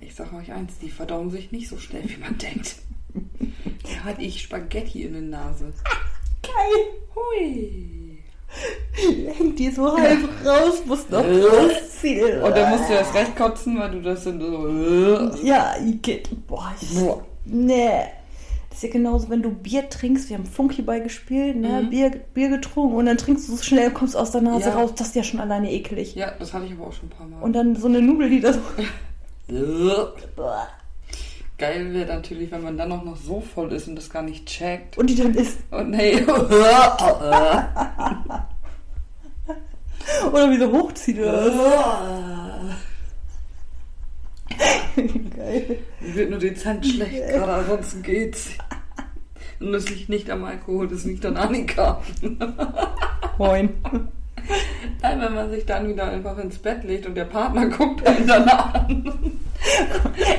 [SPEAKER 1] Ich sag euch eins, die verdauen sich nicht so schnell, wie man denkt. Da hatte ich Spaghetti in der Nase.
[SPEAKER 2] Geil.
[SPEAKER 1] Hui!
[SPEAKER 2] Hängt die so halb raus, muss noch rausziehen.
[SPEAKER 1] Und dann musst du erst recht kotzen, weil du das dann so... äh.
[SPEAKER 2] Ja, Igitt. Boah, ich.
[SPEAKER 1] Boah.
[SPEAKER 2] Nee. Das ist ja genauso, wenn du Bier trinkst. Wir haben Funkyball gespielt, ne?
[SPEAKER 1] Mhm.
[SPEAKER 2] Bier, Bier getrunken und dann trinkst du so schnell und kommst aus der Nase
[SPEAKER 1] Ja.
[SPEAKER 2] raus. Das ist ja schon alleine eklig.
[SPEAKER 1] Ja, das hatte ich aber auch schon ein paar Mal. Äh.
[SPEAKER 2] Und dann so eine Nudel, die da so. Boah.
[SPEAKER 1] Geil wäre natürlich, wenn man dann auch noch so voll ist und das gar nicht checkt. Oh, Äh.
[SPEAKER 2] Und die dann isst.
[SPEAKER 1] Und hey,
[SPEAKER 2] Oder wie so hochzieht oder so. Geil.
[SPEAKER 1] Mir wird nur dezent schlecht gerade, ansonsten geht's. Und das liegt nicht am Alkohol, das liegt an Annika.
[SPEAKER 2] Moin.
[SPEAKER 1] Nein, wenn man sich dann wieder einfach ins Bett legt und der Partner guckt einen danach an.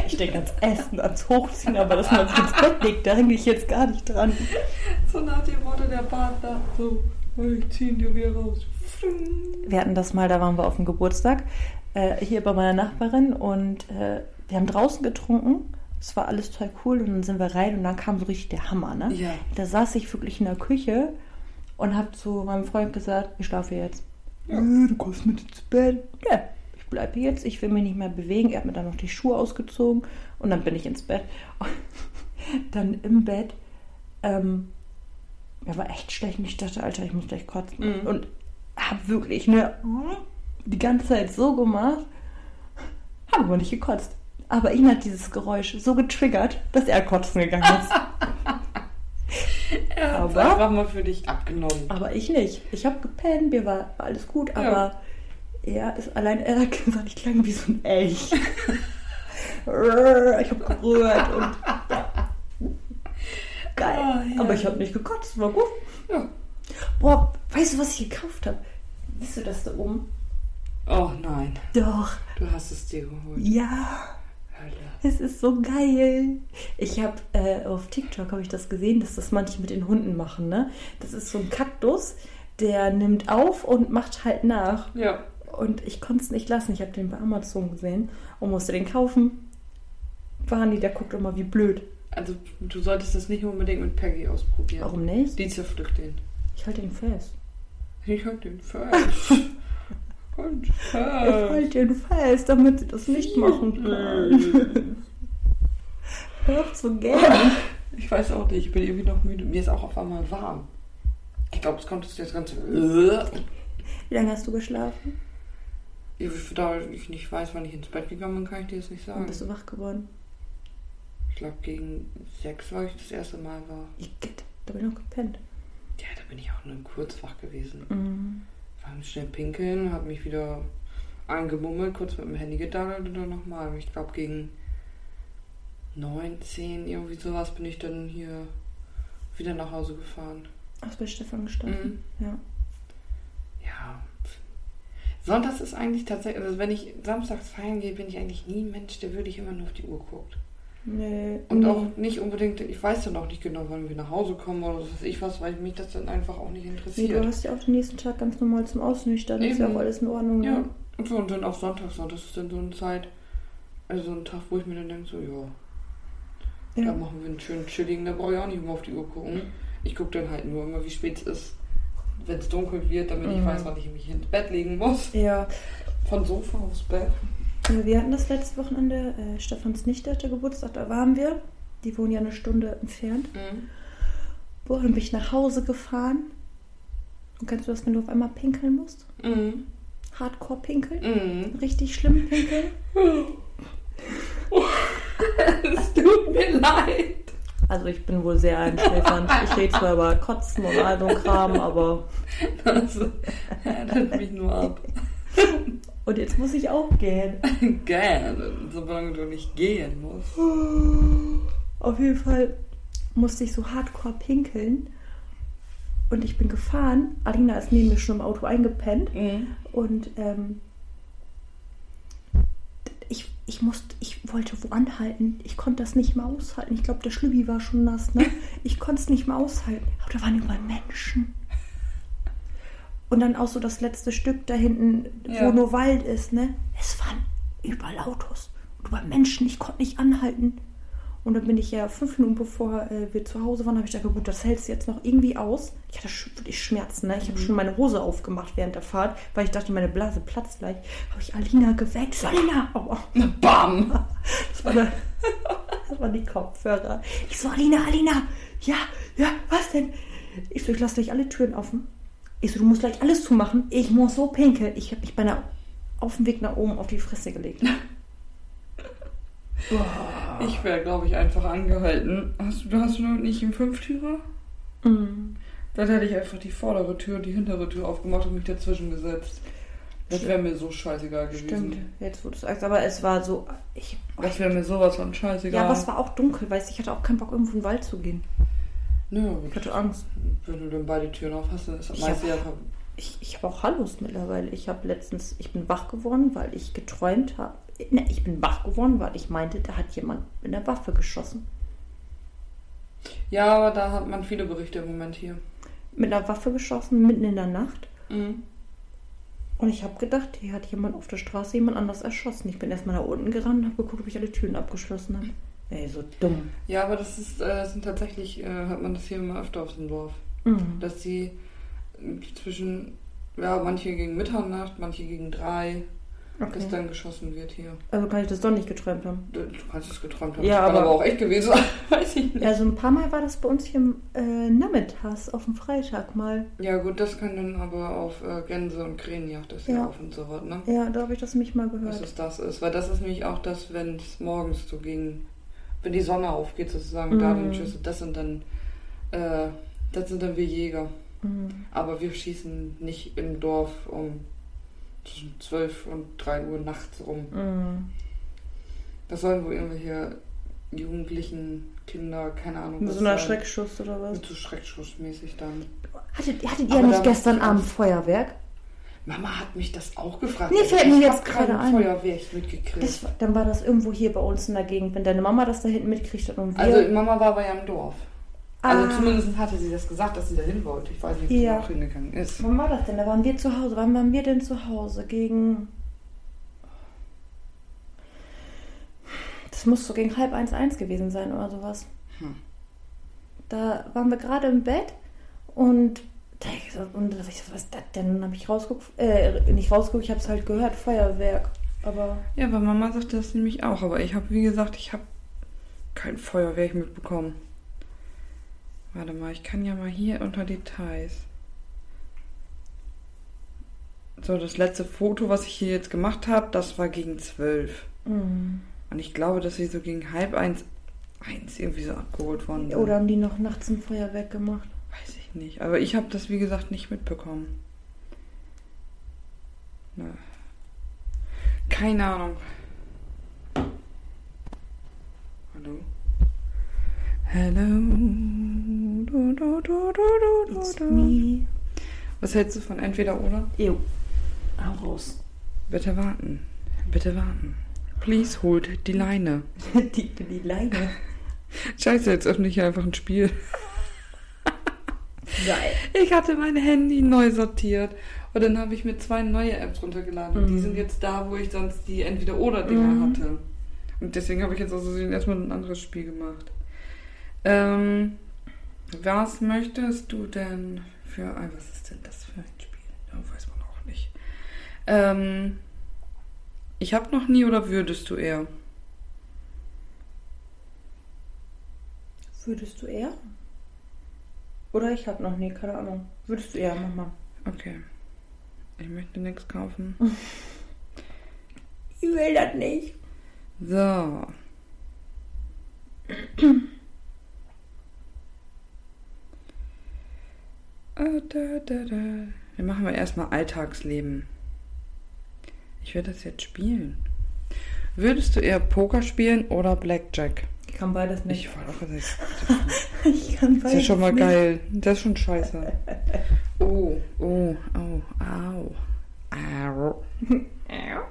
[SPEAKER 2] Ich denke ans Essen, ans Hochziehen, aber dass man sich ins Bett legt, da hänge ich jetzt gar nicht dran.
[SPEAKER 1] So nach dem Motto der Partner. So, hey, ich zieh ihn dir wieder raus.
[SPEAKER 2] Wir hatten das mal, da waren wir auf dem Geburtstag, äh, hier bei meiner Nachbarin und äh, wir haben draußen getrunken. Es war alles total cool und dann sind wir rein und dann kam so richtig der Hammer, ne?
[SPEAKER 1] Ja.
[SPEAKER 2] Da saß ich wirklich in der Küche und habe zu meinem Freund gesagt, ich schlafe jetzt.
[SPEAKER 1] Ja.
[SPEAKER 2] "Äh, Du kommst mit ins Bett. Ja, ich bleibe jetzt, ich will mich nicht mehr bewegen. Er hat mir dann noch die Schuhe ausgezogen und dann bin ich ins Bett. Und dann im Bett, ähm, mir war echt schlecht und ich dachte, Alter, ich muss gleich kotzen.
[SPEAKER 1] Mhm.
[SPEAKER 2] Und hab wirklich, ne, die ganze Zeit so gemacht, habe aber nicht gekotzt. Aber ihn hat dieses Geräusch so getriggert, dass er kotzen gegangen ist.
[SPEAKER 1] Er hat's
[SPEAKER 2] Aber-
[SPEAKER 1] einfach mal für dich abgenommen.
[SPEAKER 2] Aber ich nicht. Ich habe gepennt, mir war, war alles gut, aber er ist allein, er hat gesagt, ich klang wie so ein Elch. ich habe gerührt und. Geil.
[SPEAKER 1] Ah, ja.
[SPEAKER 2] Aber ich habe nicht gekotzt, war gut.
[SPEAKER 1] Ja.
[SPEAKER 2] Boah, weißt du, was ich gekauft habe? Siehst du das da oben?
[SPEAKER 1] Oh nein,
[SPEAKER 2] Doch,
[SPEAKER 1] du hast es dir geholt.
[SPEAKER 2] ja.
[SPEAKER 1] Hölle.
[SPEAKER 2] Es ist so geil. Ich habe äh, auf TikTok habe ich das gesehen, dass das manche mit den Hunden machen. Ne? Das ist so ein Kaktus, der nimmt auf und macht halt nach.
[SPEAKER 1] Ja,
[SPEAKER 2] Und ich konnte es nicht lassen. Ich habe den bei Amazon gesehen und musste den kaufen. Barney, der guckt immer wie blöd.
[SPEAKER 1] also du solltest das nicht unbedingt mit Peggy ausprobieren.
[SPEAKER 2] Warum nicht?
[SPEAKER 1] Die zerpflückt den.
[SPEAKER 2] Ich halte ihn fest.
[SPEAKER 1] Ich hab den falsch. Und
[SPEAKER 2] Ich
[SPEAKER 1] falsch.
[SPEAKER 2] halte ihn fest, damit sie das nicht machen kann.
[SPEAKER 1] Äh.
[SPEAKER 2] Hör auf zu gähnen.
[SPEAKER 1] Ich weiß auch nicht, ich bin irgendwie noch müde. Mir ist auch auf einmal warm. Ich glaube, es kommt jetzt ganz. Ich
[SPEAKER 2] Wie lange hast du geschlafen?
[SPEAKER 1] da ich nicht weiß, wann ich ins Bett gegangen bin, kann ich dir das nicht
[SPEAKER 2] Wann
[SPEAKER 1] sagen.
[SPEAKER 2] bist du wach geworden?
[SPEAKER 1] Ich glaube, gegen sechs war ich das erste Mal war.
[SPEAKER 2] Ich geht. Da bin ich noch gepennt.
[SPEAKER 1] Ja, da bin ich auch nur kurz wach gewesen.
[SPEAKER 2] Mhm.
[SPEAKER 1] War schnell pinkeln, hab mich wieder eingemummelt, kurz mit dem Handy gedaddelt und dann nochmal. Ich glaube, gegen 19, irgendwie sowas, bin ich dann hier wieder nach Hause gefahren. Mhm.
[SPEAKER 2] Hast bei Stefan gestanden? Ja.
[SPEAKER 1] Ja. Sonntags ist eigentlich tatsächlich, also wenn ich samstags feiern gehe, bin ich eigentlich nie ein Mensch, der wirklich immer nur auf die Uhr guckt.
[SPEAKER 2] Nee.
[SPEAKER 1] Mhm. Und
[SPEAKER 2] nee.
[SPEAKER 1] auch nicht unbedingt, ich weiß dann auch nicht genau, wann wir nach Hause kommen oder was weiß ich was, weil mich das dann einfach auch nicht
[SPEAKER 2] Nee, du
[SPEAKER 1] interessiert.
[SPEAKER 2] hast ja auch den nächsten Tag ganz normal zum Ausnüchtern. Ist ja
[SPEAKER 1] Eben.
[SPEAKER 2] auch alles in Ordnung.
[SPEAKER 1] ja.
[SPEAKER 2] Ne?
[SPEAKER 1] Und so, und dann auch sonntags, so, das ist dann so eine Zeit, also so ein Tag, wo ich mir dann denke, so, ja, da machen wir einen schönen chilligen, da brauche ich auch nicht immer auf die Uhr gucken. Ich gucke dann halt nur immer, wie spät es ist, wenn es dunkel wird, damit ich
[SPEAKER 2] Mhm.
[SPEAKER 1] weiß, wann ich mich ins Bett legen muss.
[SPEAKER 2] ja.
[SPEAKER 1] Von Sofa aufs Bett.
[SPEAKER 2] Äh, Wir hatten das letzte Wochenende, äh, Stefans Nichte hatte Geburtstag, da waren wir. Die wohnen ja eine Stunde entfernt.
[SPEAKER 1] Mhm.
[SPEAKER 2] Boah, dann bin ich nach Hause gefahren. Und kennst du das, wenn du auf einmal pinkeln musst?
[SPEAKER 1] Mhm.
[SPEAKER 2] Hardcore pinkeln?
[SPEAKER 1] Mhm.
[SPEAKER 2] Richtig schlimm pinkeln?
[SPEAKER 1] Es tut mir leid.
[SPEAKER 2] Also ich bin wohl sehr ein Stefan. Ich rede zwar über Kotzen und all so ein Kram, aber...
[SPEAKER 1] Also, er nimmt mich nur ab.
[SPEAKER 2] Und jetzt muss ich auch gehen.
[SPEAKER 1] Gerne, solange du nicht gehen musst.
[SPEAKER 2] Auf jeden Fall musste ich so hardcore pinkeln. Und ich bin gefahren. Alina ist neben mir schon im Auto eingepennt.
[SPEAKER 1] Mhm.
[SPEAKER 2] Und ähm, ich, ich, musste, ich wollte wo anhalten. Ich konnte das nicht mehr aushalten. Ich glaube, der Schlübbi war schon nass. Ne? Ich konnte es nicht mehr aushalten. Aber da waren überall Menschen. Und dann auch so das letzte Stück da hinten,
[SPEAKER 1] Ja.
[SPEAKER 2] wo nur Wald ist, ne? Es waren überall Autos. Und über Menschen, ich konnte nicht anhalten. Und dann bin ich ja fünf Minuten bevor äh, wir zu Hause waren, habe ich gedacht, gut, das hältst du jetzt noch irgendwie aus. Ich hatte sch- wirklich Schmerzen, ne? Ich habe schon meine Hose aufgemacht während der Fahrt, weil ich dachte, meine Blase platzt gleich. Habe ich Alina geweckt. So, Alina! Aua.
[SPEAKER 1] Bam!
[SPEAKER 2] Das war, der, das war die Kopfhörer. Ich so, Alina, Alina, ja, ja, was denn? Ich so, ich lasse gleich alle Türen offen. Ich so, du musst gleich alles zumachen. Ich muss so pinkeln. Ich habe mich beinahe auf dem Weg nach oben auf die Fresse gelegt.
[SPEAKER 1] Ich wäre, glaube ich, einfach angehalten. Hast du, du hast nur nicht einen Fünftürer?
[SPEAKER 2] Mhm.
[SPEAKER 1] Dann hätte ich einfach die vordere Tür, die hintere Tür aufgemacht und mich dazwischen gesetzt. Das wäre mir so scheißegal gewesen.
[SPEAKER 2] Stimmt, jetzt wo du sagst, aber es war so. Ich,
[SPEAKER 1] Das wäre mir sowas von scheißegal.
[SPEAKER 2] ja, aber es war auch dunkel, weißt du, ich hatte auch keinen Bock, irgendwo in den Wald zu gehen.
[SPEAKER 1] Nö,
[SPEAKER 2] Ich hatte Angst.
[SPEAKER 1] wenn du dann beide Türen auf hast, dann ist das
[SPEAKER 2] Ich
[SPEAKER 1] meiste ja ver-
[SPEAKER 2] Ich, ich habe auch Hallos mittlerweile. Ich habe letztens, ich bin wach geworden, weil ich geträumt habe. Ne, ich bin wach geworden, weil ich meinte, da hat jemand mit einer Waffe geschossen.
[SPEAKER 1] Ja, aber da hat man viele Berichte im Moment hier.
[SPEAKER 2] Mit einer Waffe geschossen, mitten in der Nacht.
[SPEAKER 1] Mhm.
[SPEAKER 2] Und ich habe gedacht, hier hat jemand auf der Straße jemand anders erschossen. Ich bin erstmal nach unten gerannt und habe geguckt, ob ich alle Türen abgeschlossen habe. Ey, so dumm.
[SPEAKER 1] Ja, aber das ist, äh, das sind tatsächlich, äh, hat man das hier immer öfter auf dem Dorf.
[SPEAKER 2] Mhm.
[SPEAKER 1] Dass die äh, zwischen, ja, manche gegen Mitternacht, manche gegen drei, dass
[SPEAKER 2] Okay.
[SPEAKER 1] dann geschossen wird hier.
[SPEAKER 2] Also kann ich das doch nicht geträumt haben.
[SPEAKER 1] Du, du kannst es geträumt haben.
[SPEAKER 2] Ja,
[SPEAKER 1] das kann
[SPEAKER 2] aber-
[SPEAKER 1] aber auch echt gewesen sein. Weiß ich nicht.
[SPEAKER 2] Ja, so ein paar Mal war das bei uns hier im äh, Nachmittags auf dem Freitag mal.
[SPEAKER 1] Ja, gut, das kann dann aber auf äh, Gänse- und Krähenjagd ist ja.
[SPEAKER 2] Ja.
[SPEAKER 1] auf und so was, ne?
[SPEAKER 2] Ja, da habe ich das nämlich mal gehört.
[SPEAKER 1] Dass es das ist. Weil das ist nämlich auch das, wenn es morgens so gegen, wenn die Sonne aufgeht sozusagen, da
[SPEAKER 2] Mhm.
[SPEAKER 1] dann Schüsse, das sind dann, äh, das sind dann wir Jäger.
[SPEAKER 2] Mhm.
[SPEAKER 1] Aber wir schießen nicht im Dorf um zwischen 12 und 3 Uhr nachts rum.
[SPEAKER 2] Mhm.
[SPEAKER 1] Das sollen wohl irgendwelche Jugendlichen, Kinder, keine Ahnung.
[SPEAKER 2] Mit
[SPEAKER 1] was
[SPEAKER 2] so einer
[SPEAKER 1] sein.
[SPEAKER 2] Schreckschuss oder was?
[SPEAKER 1] Mit so Schreckschussmäßig dann.
[SPEAKER 2] Hattet, hattet ihr
[SPEAKER 1] Aber
[SPEAKER 2] nicht
[SPEAKER 1] da-
[SPEAKER 2] gestern Abend Feuerwerk?
[SPEAKER 1] Mama hat mich das auch gefragt.
[SPEAKER 2] Nee,
[SPEAKER 1] aber
[SPEAKER 2] fällt mir
[SPEAKER 1] ich
[SPEAKER 2] jetzt
[SPEAKER 1] hab
[SPEAKER 2] gerade
[SPEAKER 1] kein
[SPEAKER 2] ein.
[SPEAKER 1] Feuerwerk mitgekriegt.
[SPEAKER 2] Das, war- dann war das irgendwo hier bei uns in der Gegend, wenn deine Mama das da hinten mitkriegt hat und wir.
[SPEAKER 1] also Mama war aber ja im Dorf. Also
[SPEAKER 2] Ah.
[SPEAKER 1] zumindest hatte sie das gesagt, dass sie dahin wollte. Ich weiß nicht, ob sie
[SPEAKER 2] Ja.
[SPEAKER 1] noch hingegangen ist.
[SPEAKER 2] Wann war das denn? Da waren wir zu Hause. Wann waren wir denn zu Hause? Gegen. Das muss so gegen halb eins eins gewesen sein oder sowas.
[SPEAKER 1] Hm.
[SPEAKER 2] Da waren wir gerade im Bett und da hab ich gesagt, und da hab ich gesagt, was ist das denn? Und dann habe ich rausgeguckt, äh, nicht rausgeguckt, ich habe es halt gehört, Feuerwerk. Aber
[SPEAKER 1] Ja, aber Mama sagte das nämlich auch. Aber ich habe, wie gesagt, ich habe kein Feuerwerk mitbekommen. Warte mal, ich kann ja mal hier unter Details. So, das letzte Foto, was ich hier jetzt gemacht habe, das war gegen zwölf.
[SPEAKER 2] mh.
[SPEAKER 1] Und ich glaube, dass sie so gegen halb eins, eins irgendwie so abgeholt worden sind.
[SPEAKER 2] Oder haben die noch nachts ein Feuerwerk gemacht?
[SPEAKER 1] Weiß ich nicht. Aber ich habe das, wie gesagt, nicht mitbekommen. Na. Keine Ahnung. Hallo? Hello. Du, du, du, du, du,
[SPEAKER 2] It's
[SPEAKER 1] du, du.
[SPEAKER 2] me.
[SPEAKER 1] Was hältst du von entweder oder?
[SPEAKER 2] Ew. Hau raus.
[SPEAKER 1] Bitte warten. Bitte warten. Please holt die Leine.
[SPEAKER 2] die, die Leine.
[SPEAKER 1] Scheiße, jetzt öffne ich hier einfach ein Spiel.
[SPEAKER 2] Geil.
[SPEAKER 1] Ich hatte mein Handy neu sortiert und dann habe ich mir zwei neue Apps runtergeladen. Und die sind jetzt da, wo ich sonst die Entweder-Oder-Dinger hatte. Und deswegen habe ich jetzt aus Versehen erstmal ein anderes Spiel gemacht. Ähm, was möchtest du denn für ein. Was ist denn das für ein Spiel? Ja, weiß man auch nicht. Ähm, ich habe noch nie oder würdest du eher?
[SPEAKER 2] Würdest du eher? Oder ich habe noch nie, keine Ahnung. Würdest du eher, mach mal.
[SPEAKER 1] Okay. Ich möchte nichts kaufen.
[SPEAKER 2] Ich will das nicht.
[SPEAKER 1] So. Ah, da, da, da. Dann machen wir erstmal Alltagsleben. Ich werde das jetzt spielen. Würdest du eher Poker spielen oder Blackjack?
[SPEAKER 2] Ich kann beides nicht.
[SPEAKER 1] Ich wollte auch sagen,
[SPEAKER 2] Ich kann
[SPEAKER 1] das ist ja schon mal geil. Das ist schon scheiße. Oh, oh, oh, au. Au. Au. Ja,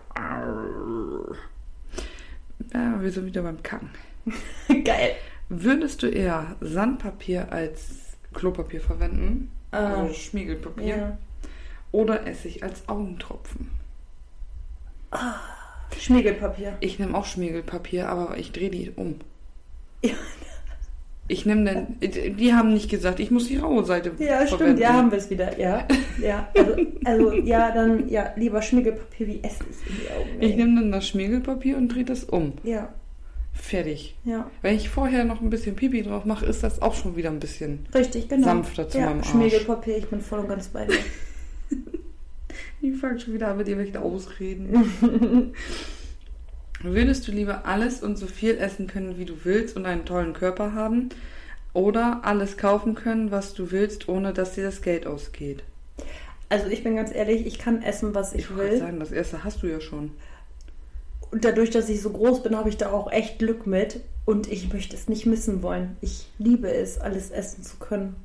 [SPEAKER 1] Ah, wir sind wieder beim Kacken.
[SPEAKER 2] geil.
[SPEAKER 1] Würdest du eher Sandpapier als Klopapier verwenden?
[SPEAKER 2] Ah.
[SPEAKER 1] Also Schmiegelpapier?
[SPEAKER 2] Ja.
[SPEAKER 1] oder Essig als Augentropfen.
[SPEAKER 2] Schmiegelpapier.
[SPEAKER 1] Ich nehme auch Schmiegelpapier, aber ich drehe die um.
[SPEAKER 2] Ja.
[SPEAKER 1] Ich nehme dann. Die haben nicht gesagt, ich muss die raue Seite
[SPEAKER 2] Ja, stimmt, ja, haben wir es wieder. Ja, ja. Also, also, ja, dann, ja, lieber Schmiegelpapier wie Essig in die Augen. ey.
[SPEAKER 1] Ich nehme dann das Schmiegelpapier und drehe das um.
[SPEAKER 2] Ja,
[SPEAKER 1] Fertig.
[SPEAKER 2] ja.
[SPEAKER 1] Wenn ich vorher noch ein bisschen Pipi drauf mache, ist das auch schon wieder ein bisschen.
[SPEAKER 2] Richtig, genau.
[SPEAKER 1] Sanfter zu
[SPEAKER 2] ja,
[SPEAKER 1] meinem Arsch.
[SPEAKER 2] Schmiegelpapier, ich bin voll und ganz bei dir.
[SPEAKER 1] Ich fange schon wieder an mit irgendwelchen Ausreden. Würdest du lieber alles und so viel essen können, wie du willst und einen tollen Körper haben? Oder alles kaufen können, was du willst, ohne dass dir das Geld ausgeht?
[SPEAKER 2] Also ich bin ganz ehrlich, ich kann essen, was ich,
[SPEAKER 1] Ich wollte
[SPEAKER 2] will.
[SPEAKER 1] sagen, das erste hast du ja schon.
[SPEAKER 2] Und dadurch, dass ich so groß bin, habe ich da auch echt Glück mit. Und ich möchte es nicht missen wollen. Ich liebe es, alles essen zu können.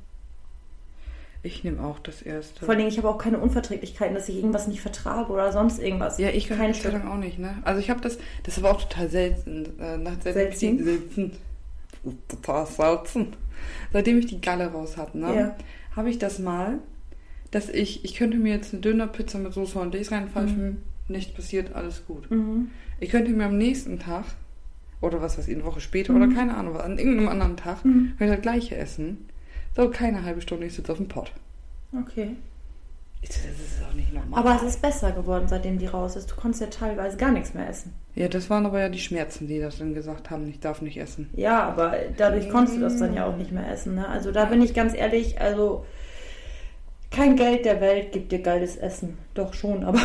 [SPEAKER 1] Ich nehme auch das erste.
[SPEAKER 2] Vor allen Dingen, ich habe auch keine Unverträglichkeiten, dass ich irgendwas nicht vertrage oder sonst irgendwas.
[SPEAKER 1] Ja, ich kann
[SPEAKER 2] keine
[SPEAKER 1] Gott sei Dank auch nicht, ne? Also ich habe das, das war auch total selten. Äh, nach
[SPEAKER 2] Selten?
[SPEAKER 1] selten? selten. Total selten. Seitdem ich die Galle raus hatte, ne?
[SPEAKER 2] Ja.
[SPEAKER 1] Habe ich das mal, dass ich, ich könnte mir jetzt eine Dönerpizza mit Soße und Lays reinpfeifen, nicht passiert, alles gut.
[SPEAKER 2] Mhm.
[SPEAKER 1] Ich könnte mir am nächsten Tag, oder was weiß ich, eine Woche später, oder keine Ahnung, was, an irgendeinem anderen Tag,
[SPEAKER 2] Mhm.
[SPEAKER 1] könnte ich das gleiche essen. So, keine halbe Stunde, ich sitze auf dem Pott.
[SPEAKER 2] Okay.
[SPEAKER 1] Ich so, Das ist auch nicht normal.
[SPEAKER 2] Aber es ist besser geworden, seitdem die raus ist. Du konntest ja teilweise gar nichts mehr essen.
[SPEAKER 1] ja, das waren aber ja die Schmerzen, die das dann gesagt haben, ich darf nicht essen.
[SPEAKER 2] Ja, aber dadurch konntest du das dann ja auch nicht mehr essen. Ne? Also da bin ich ganz ehrlich, also kein Geld der Welt gibt dir geiles Essen. Doch schon, aber.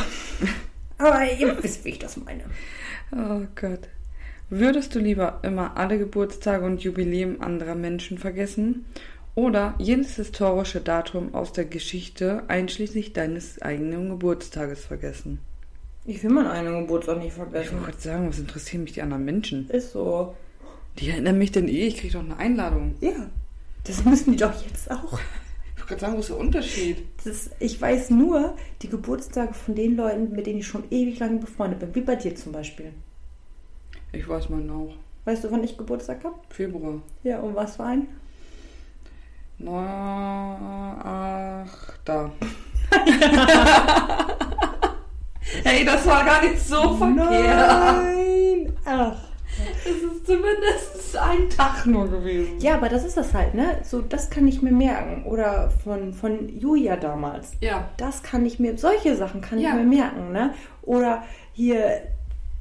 [SPEAKER 2] aber ihr wisst, wie ich das meine.
[SPEAKER 1] Oh Gott. Würdest du lieber immer alle Geburtstage und Jubiläen anderer Menschen vergessen oder jedes historische Datum aus der Geschichte einschließlich deines eigenen Geburtstages vergessen?
[SPEAKER 2] Ich will meinen eigenen Geburtstag nicht
[SPEAKER 1] Ich wollte
[SPEAKER 2] vergessen.
[SPEAKER 1] gerade sagen, was interessieren mich die anderen Menschen?
[SPEAKER 2] Ist so.
[SPEAKER 1] Die erinnern mich denn eh, ich kriege doch eine Einladung.
[SPEAKER 2] Ja. Das müssen die doch jetzt auch.
[SPEAKER 1] Ich wollte gerade sagen, wo ist der Unterschied?
[SPEAKER 2] Das, ich weiß nur die Geburtstage von den Leuten, mit denen ich schon ewig lange befreundet bin. Wie bei dir zum Beispiel.
[SPEAKER 1] Ich weiß meinen auch.
[SPEAKER 2] Weißt du, wann ich Geburtstag habe?
[SPEAKER 1] Februar.
[SPEAKER 2] Ja, und was für ein?
[SPEAKER 1] Na, ach, da. hey, das war gar nicht so
[SPEAKER 2] Nein! Ach.
[SPEAKER 1] Es ist zumindest ein Tag nur gewesen.
[SPEAKER 2] Ja, aber das ist das halt, ne? So, das kann ich mir merken. Oder von, von Julia damals.
[SPEAKER 1] Ja.
[SPEAKER 2] Das kann ich mir, solche Sachen kann ich
[SPEAKER 1] Ja.
[SPEAKER 2] mir merken, ne? Oder hier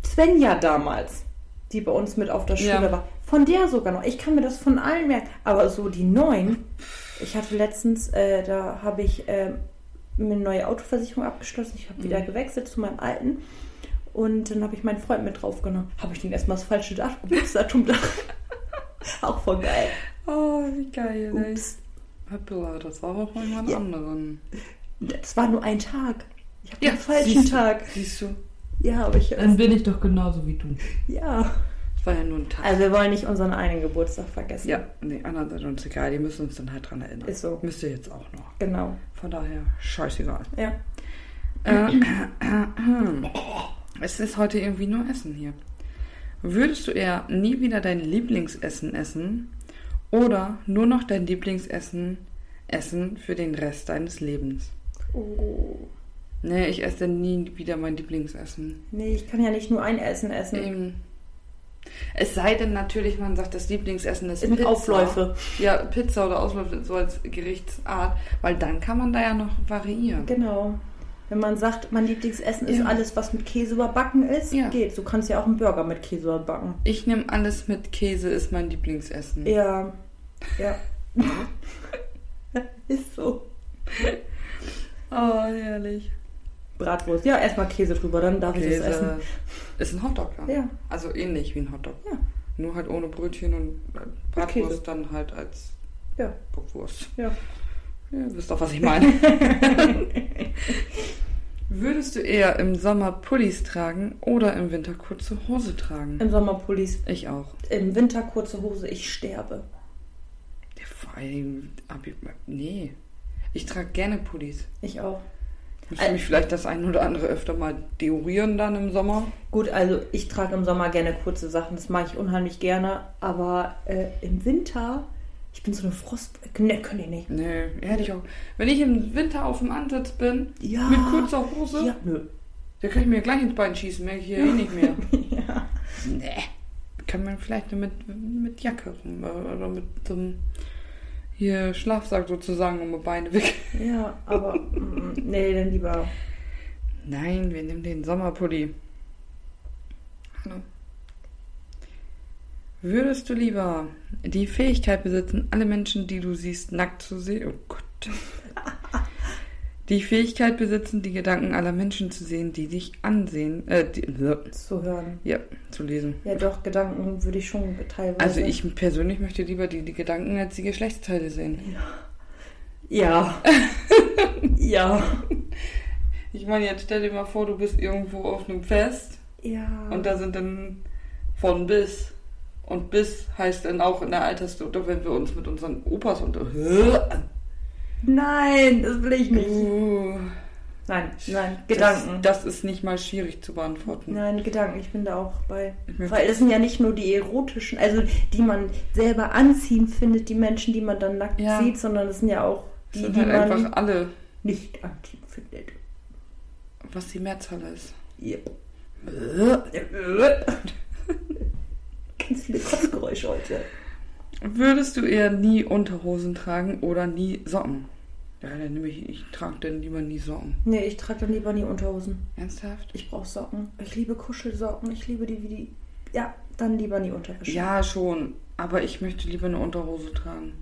[SPEAKER 2] Svenja damals, die bei uns mit auf der Schule
[SPEAKER 1] Ja.
[SPEAKER 2] war. Von der sogar noch. Ich kann mir das von allen merken. Aber so die neuen, ich hatte letztens, äh, da habe ich ähm, mir eine neue Autoversicherung abgeschlossen. Ich habe
[SPEAKER 1] Mhm.
[SPEAKER 2] wieder gewechselt zu meinem alten. Und dann habe ich meinen Freund mit draufgenommen. Habe ich den erstmal das falsche Datum, Geburtsdatum da. Auch voll geil.
[SPEAKER 1] Oh, wie geil. ey.
[SPEAKER 2] Ups.
[SPEAKER 1] Hoppla, das war auch irgendwann
[SPEAKER 2] Ja.
[SPEAKER 1] anderen.
[SPEAKER 2] Das war nur ein Tag. Ich habe
[SPEAKER 1] Ja,
[SPEAKER 2] den falschen
[SPEAKER 1] siehst du.
[SPEAKER 2] Tag.
[SPEAKER 1] Siehst du?
[SPEAKER 2] Ja, aber ich.
[SPEAKER 1] bin ich doch genauso wie du.
[SPEAKER 2] Ja.
[SPEAKER 1] Das war ja nur ein Tag.
[SPEAKER 2] Also, wir wollen nicht unseren eigenen Geburtstag vergessen.
[SPEAKER 1] ja, nee, andererseits uns egal, die müssen uns dann halt dran erinnern.
[SPEAKER 2] Ist so.
[SPEAKER 1] Müsst ihr jetzt auch noch.
[SPEAKER 2] Genau.
[SPEAKER 1] Von daher, scheißegal.
[SPEAKER 2] Ja.
[SPEAKER 1] Äh, es ist heute irgendwie nur Essen hier. Würdest du eher nie wieder dein Lieblingsessen essen oder nur noch dein Lieblingsessen essen für den Rest deines Lebens?
[SPEAKER 2] Oh.
[SPEAKER 1] Nee, ich esse dann nie wieder mein Lieblingsessen.
[SPEAKER 2] Nee, ich kann ja nicht nur ein Essen essen.
[SPEAKER 1] Eben. Es sei denn natürlich, man sagt, das Lieblingsessen ist
[SPEAKER 2] Sind Aufläufe.
[SPEAKER 1] Ja, Pizza oder Ausläufe, so als Gerichtsart. Weil dann kann man da ja noch variieren.
[SPEAKER 2] Genau. Wenn man sagt, mein Lieblingsessen ist
[SPEAKER 1] Ja.
[SPEAKER 2] alles, was mit Käse überbacken ist,
[SPEAKER 1] Ja.
[SPEAKER 2] geht. Du kannst ja auch einen Burger mit Käse überbacken.
[SPEAKER 1] Ich nehme alles mit Käse, ist mein Lieblingsessen.
[SPEAKER 2] Ja. Ja. ist so.
[SPEAKER 1] Oh, herrlich.
[SPEAKER 2] Bratwurst. Ja, erstmal Käse drüber, dann darf ich das essen.
[SPEAKER 1] Käse ist ein Hotdog dann.
[SPEAKER 2] Ja.
[SPEAKER 1] Also ähnlich wie ein Hotdog.
[SPEAKER 2] Ja.
[SPEAKER 1] Nur halt ohne Brötchen und äh,
[SPEAKER 2] Käse.
[SPEAKER 1] Bratwurst dann halt als
[SPEAKER 2] Ja.
[SPEAKER 1] Bockwurst.
[SPEAKER 2] Ja.
[SPEAKER 1] Ja, wisst doch, was ich meine. Würdest du eher im Sommer Pullis tragen oder im Winter kurze Hose tragen?
[SPEAKER 2] Im Sommer Pullis,
[SPEAKER 1] Ich auch.
[SPEAKER 2] im Winter kurze Hose, ich sterbe.
[SPEAKER 1] Ja, vor allem, hab ich- nee. Ich trage gerne Pullis.
[SPEAKER 2] Ich auch.
[SPEAKER 1] Müsste mich vielleicht das ein oder andere öfter mal deorieren dann im Sommer.
[SPEAKER 2] Gut, also ich trage im Sommer gerne kurze Sachen, das mache ich unheimlich gerne, aber äh, im Winter Ich bin so eine Frost. Ne, kann ich nicht.
[SPEAKER 1] Nee, hätte ich auch. Wenn ich im Winter auf dem Ansitz bin,
[SPEAKER 2] Ja.
[SPEAKER 1] mit kurzer Hose,
[SPEAKER 2] Ja, nö.
[SPEAKER 1] dann kann ich mir gleich ins Bein schießen, merke ich hier eh nicht mehr.
[SPEAKER 2] Ja.
[SPEAKER 1] Nee. Kann man vielleicht nur mit, mit Jacke rum, äh, oder mit so einem hier Schlafsack sozusagen um die Beine weg.
[SPEAKER 2] Ja, aber. mm, nee, dann lieber.
[SPEAKER 1] Nein, wir nehmen den Sommerpulli. Hallo. Würdest du lieber die Fähigkeit besitzen, alle Menschen, die du siehst, nackt zu sehen? Oh Gott. Die Fähigkeit besitzen, die Gedanken aller Menschen zu sehen, die dich ansehen, äh, die,
[SPEAKER 2] zu hören.
[SPEAKER 1] ja, zu lesen.
[SPEAKER 2] Ja, doch, Gedanken würde ich schon teilweise.
[SPEAKER 1] Also ich persönlich möchte lieber die, die Gedanken als die Geschlechtsteile sehen.
[SPEAKER 2] Ja. ja.
[SPEAKER 1] Ich meine, jetzt stell dir mal vor, du bist irgendwo auf einem Fest
[SPEAKER 2] Ja.
[SPEAKER 1] und da sind dann von bis. Und bis heißt dann auch in der Altersgruppe, wenn wir uns mit unseren Opas und. äh,
[SPEAKER 2] Nein, das will ich nicht.
[SPEAKER 1] Uh,
[SPEAKER 2] Nein, nein, Gedanken.
[SPEAKER 1] Das, das ist nicht mal schwierig zu beantworten.
[SPEAKER 2] Nein, Gedanken, ich bin da auch bei.
[SPEAKER 1] Ich möchte-
[SPEAKER 2] Weil das sind ja nicht nur die erotischen, also die man selber anziehen findet, die Menschen, die man dann nackt
[SPEAKER 1] Ja.
[SPEAKER 2] sieht, sondern das sind ja auch
[SPEAKER 1] Das
[SPEAKER 2] die,
[SPEAKER 1] sind
[SPEAKER 2] die
[SPEAKER 1] halt einfach
[SPEAKER 2] man
[SPEAKER 1] alle,
[SPEAKER 2] nicht anziehen findet.
[SPEAKER 1] was die Mehrzahl ist.
[SPEAKER 2] Yep. Ganz viele Kotzgeräusche heute.
[SPEAKER 1] Würdest du eher nie Unterhosen tragen oder nie Socken? Ja, dann nehme ich, ich trage dann lieber nie Socken.
[SPEAKER 2] Nee, ich trage dann lieber nie Unterhosen.
[SPEAKER 1] Ernsthaft?
[SPEAKER 2] Ich brauche Socken. Ich liebe Kuschelsocken. Ich liebe die wie die. Ja, dann lieber nie Unterwäsche.
[SPEAKER 1] Ja, schon. Aber ich möchte lieber eine Unterhose tragen.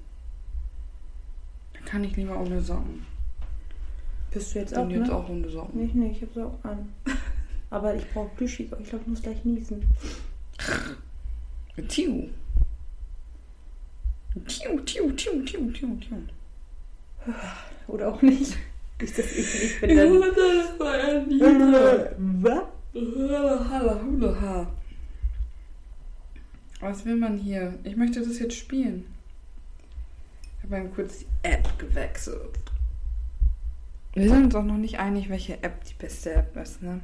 [SPEAKER 1] Dann kann ich lieber ohne Socken.
[SPEAKER 2] Bist du jetzt
[SPEAKER 1] Ich
[SPEAKER 2] auch,
[SPEAKER 1] bin jetzt
[SPEAKER 2] ne?
[SPEAKER 1] auch ohne Socken.
[SPEAKER 2] Nee, nee, ich habe Socken an. Aber ich brauche Plüschig. Ich glaube, ich muss gleich niesen.
[SPEAKER 1] Tiu. Tiu, tiu, tiu, tiu, tiu, tiu.
[SPEAKER 2] Oder auch nicht. Ich, das, ich, ich bin dann. Äh,
[SPEAKER 1] Was? Was will man hier? Ich möchte das jetzt spielen. Ich habe eben kurz die App gewechselt. Wir sind uns auch noch nicht einig, welche App die beste App ist, ne?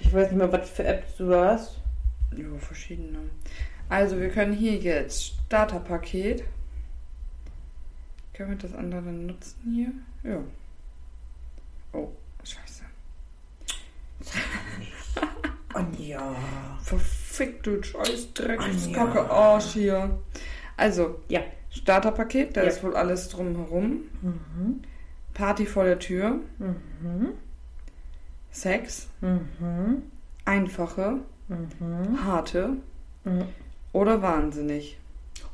[SPEAKER 2] Ich weiß nicht mehr, was für Apps du hast.
[SPEAKER 1] Ja, verschiedene. Also, wir können hier jetzt Starterpaket. Können wir das andere nutzen hier? Ja. Oh, scheiße.
[SPEAKER 2] Anja.
[SPEAKER 1] Verfickt, du scheiß Dreckskacke
[SPEAKER 2] Ah, ja.
[SPEAKER 1] Arsch hier. Also,
[SPEAKER 2] Ja.
[SPEAKER 1] Starterpaket, da
[SPEAKER 2] Ja.
[SPEAKER 1] ist wohl alles drumherum.
[SPEAKER 2] Mhm.
[SPEAKER 1] Party vor der Tür,
[SPEAKER 2] Mhm.
[SPEAKER 1] Sex,
[SPEAKER 2] Mhm.
[SPEAKER 1] einfache,
[SPEAKER 2] Mhm.
[SPEAKER 1] harte
[SPEAKER 2] Mhm.
[SPEAKER 1] oder wahnsinnig.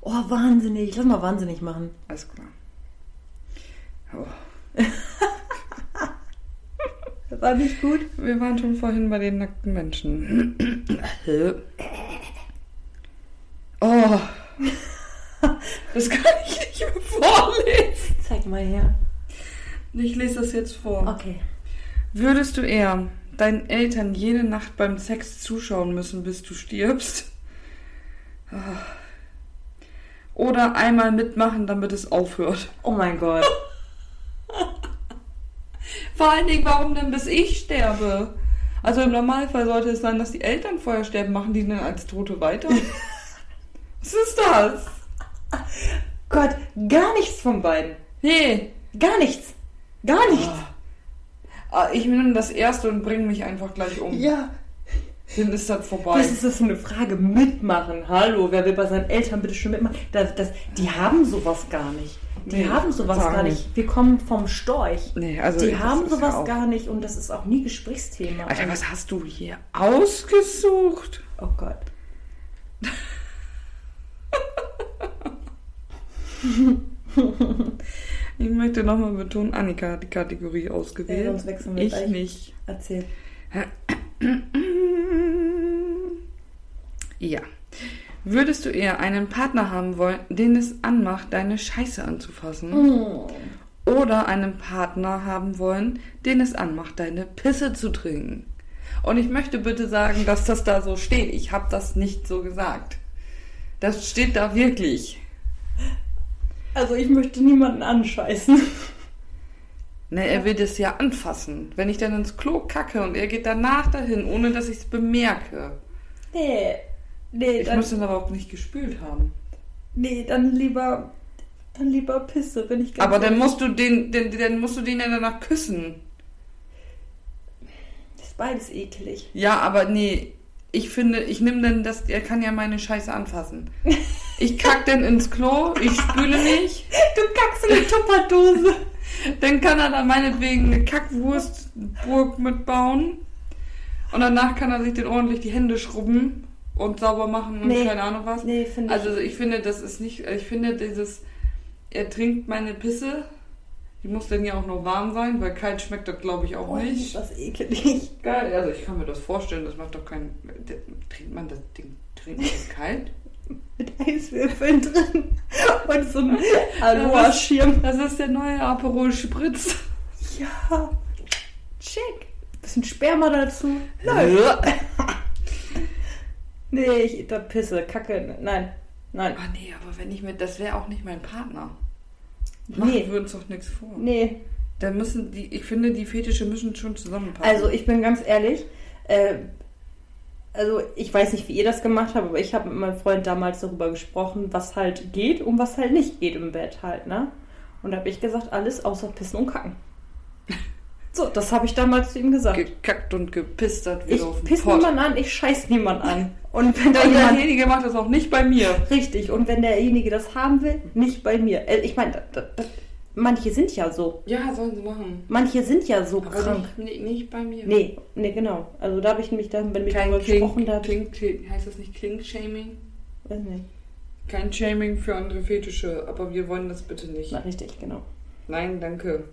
[SPEAKER 2] Oh, wahnsinnig. Lass mal wahnsinnig machen.
[SPEAKER 1] Alles klar. Oh.
[SPEAKER 2] War nicht gut?
[SPEAKER 1] Wir waren schon vorhin bei den nackten Menschen. oh. Das kann ich nicht mehr vorlesen.
[SPEAKER 2] Zeig mal her.
[SPEAKER 1] Ich lese das jetzt vor.
[SPEAKER 2] Okay.
[SPEAKER 1] Würdest du eher deinen Eltern jede Nacht beim Sex zuschauen müssen, bis du stirbst? Ah. Oder einmal mitmachen, damit es aufhört?
[SPEAKER 2] Oh mein Gott.
[SPEAKER 1] Vor allen Dingen, warum denn bis ich sterbe? Also im Normalfall sollte es sein, dass die Eltern vorher sterben, machen die denn als Tote weiter? Was ist das?
[SPEAKER 2] Gott, gar nichts von beiden.
[SPEAKER 1] Nee.
[SPEAKER 2] Gar nichts. Gar nichts.
[SPEAKER 1] Ah, Ich nehme das erste und bringe mich einfach gleich um.
[SPEAKER 2] Ja.
[SPEAKER 1] Dann ist das vorbei.
[SPEAKER 2] Was ist das für eine Frage? Mitmachen. Hallo, wer will bei seinen Eltern bitte schon mitmachen? Das, das, die haben sowas gar nicht. Die
[SPEAKER 1] Nee,
[SPEAKER 2] haben sowas
[SPEAKER 1] sagen
[SPEAKER 2] gar nicht. Wir kommen vom Storch.
[SPEAKER 1] Nee, also
[SPEAKER 2] Die
[SPEAKER 1] das
[SPEAKER 2] haben
[SPEAKER 1] ist ja
[SPEAKER 2] sowas
[SPEAKER 1] auch-
[SPEAKER 2] gar nicht und das ist auch nie Gesprächsthema.
[SPEAKER 1] Alter, was hast du hier ausgesucht?
[SPEAKER 2] Oh Gott.
[SPEAKER 1] Ich möchte nochmal betonen, Annika hat die Kategorie ausgewählt.
[SPEAKER 2] Ja, sonst wechseln wir
[SPEAKER 1] ich
[SPEAKER 2] gleich.
[SPEAKER 1] nicht.
[SPEAKER 2] Erzähl.
[SPEAKER 1] Ja. Würdest du eher einen Partner haben wollen, den es anmacht, deine Scheiße anzufassen?
[SPEAKER 2] Hm.
[SPEAKER 1] Oder einen Partner haben wollen, den es anmacht, deine Pisse zu trinken? Und ich möchte bitte sagen, dass das da so steht. Ich habe das nicht so gesagt. Das steht da wirklich.
[SPEAKER 2] Also ich möchte niemanden anscheißen.
[SPEAKER 1] Ne, er will das ja anfassen. Wenn ich dann ins Klo kacke und er geht danach dahin, ohne dass ich es bemerke.
[SPEAKER 2] Nee. Nee
[SPEAKER 1] Ich
[SPEAKER 2] dann,
[SPEAKER 1] muss ihn aber auch nicht gespült haben.
[SPEAKER 2] nee, dann lieber Dann lieber Pisse, wenn ich ganz
[SPEAKER 1] Aber dann
[SPEAKER 2] ehrlich-
[SPEAKER 1] musst du den, den, dann musst du den ja danach küssen.
[SPEAKER 2] Das ist beides eklig.
[SPEAKER 1] Ja, aber nee, ich finde, ich nehme dann das, er kann ja meine Scheiße anfassen. Ich kack dann ins Klo, ich spüle mich,
[SPEAKER 2] Du kackst in die Tupperdose.
[SPEAKER 1] dann kann er da meinetwegen eine Kackwurstburg mitbauen. Und danach kann er sich dann ordentlich die Hände schrubben und sauber machen und
[SPEAKER 2] Nee.
[SPEAKER 1] keine Ahnung was.
[SPEAKER 2] nee, finde ich.
[SPEAKER 1] Also ich finde, das ist nicht, äh, ich finde dieses, er trinkt meine Pisse, die muss dann ja auch noch warm sein, weil kalt schmeckt das glaube ich auch
[SPEAKER 2] Oh,
[SPEAKER 1] nicht.
[SPEAKER 2] ist das eklig.
[SPEAKER 1] Geil, also ich kann mir das vorstellen, das macht doch keinen, trinkt man das Ding, trinkt man das kalt?
[SPEAKER 2] Mit Eiswürfeln drin. Und so ein
[SPEAKER 1] Aloha-Schirm.
[SPEAKER 2] Aloha-Schirm.
[SPEAKER 1] Das ist der neue Aperol Spritz.
[SPEAKER 2] Ja. Check. Bisschen Sperma dazu.
[SPEAKER 1] Läuft.
[SPEAKER 2] Nee, ich da pisse. Kacke. Nein. Nein.
[SPEAKER 1] Ach Ah, nee, aber wenn ich mir, das wäre auch nicht mein Partner. Machen
[SPEAKER 2] Nee.
[SPEAKER 1] wir uns doch nichts vor.
[SPEAKER 2] Nee,
[SPEAKER 1] Da müssen die, ich finde, die Fetische müssen schon zusammenpassen.
[SPEAKER 2] Also ich bin ganz ehrlich, äh, also ich weiß nicht, wie ihr das gemacht habt, aber ich habe mit meinem Freund damals darüber gesprochen, was halt geht und was halt nicht geht im Bett halt, ne? Und da habe ich gesagt, alles außer Pissen und Kacken. So, das habe ich damals zu ihm gesagt.
[SPEAKER 1] gekackt und gepistert wieder
[SPEAKER 2] ich
[SPEAKER 1] auf den
[SPEAKER 2] pisse
[SPEAKER 1] Pott.
[SPEAKER 2] niemanden an, ich scheiß niemanden an. Und wenn da
[SPEAKER 1] Und
[SPEAKER 2] jemand
[SPEAKER 1] derjenige macht das auch nicht bei mir.
[SPEAKER 2] richtig und wenn derjenige das haben will, nicht bei mir. Äh, ich meine, da- da- da- manche sind ja so,
[SPEAKER 1] Ja, sollen sie machen.
[SPEAKER 2] manche sind ja so krank.
[SPEAKER 1] nicht, nicht, nicht bei mir.
[SPEAKER 2] Nee, nee, genau. Also da habe ich nämlich dann bin ich
[SPEAKER 1] Kein
[SPEAKER 2] darüber gesprochen,
[SPEAKER 1] Kling,
[SPEAKER 2] da hab ich,
[SPEAKER 1] Kling, Kling, heißt das nicht Kling-Shaming?
[SPEAKER 2] weiß nicht.
[SPEAKER 1] Kein Shaming für andere Fetische, aber wir wollen das bitte nicht.
[SPEAKER 2] Na, richtig, genau.
[SPEAKER 1] Nein, danke.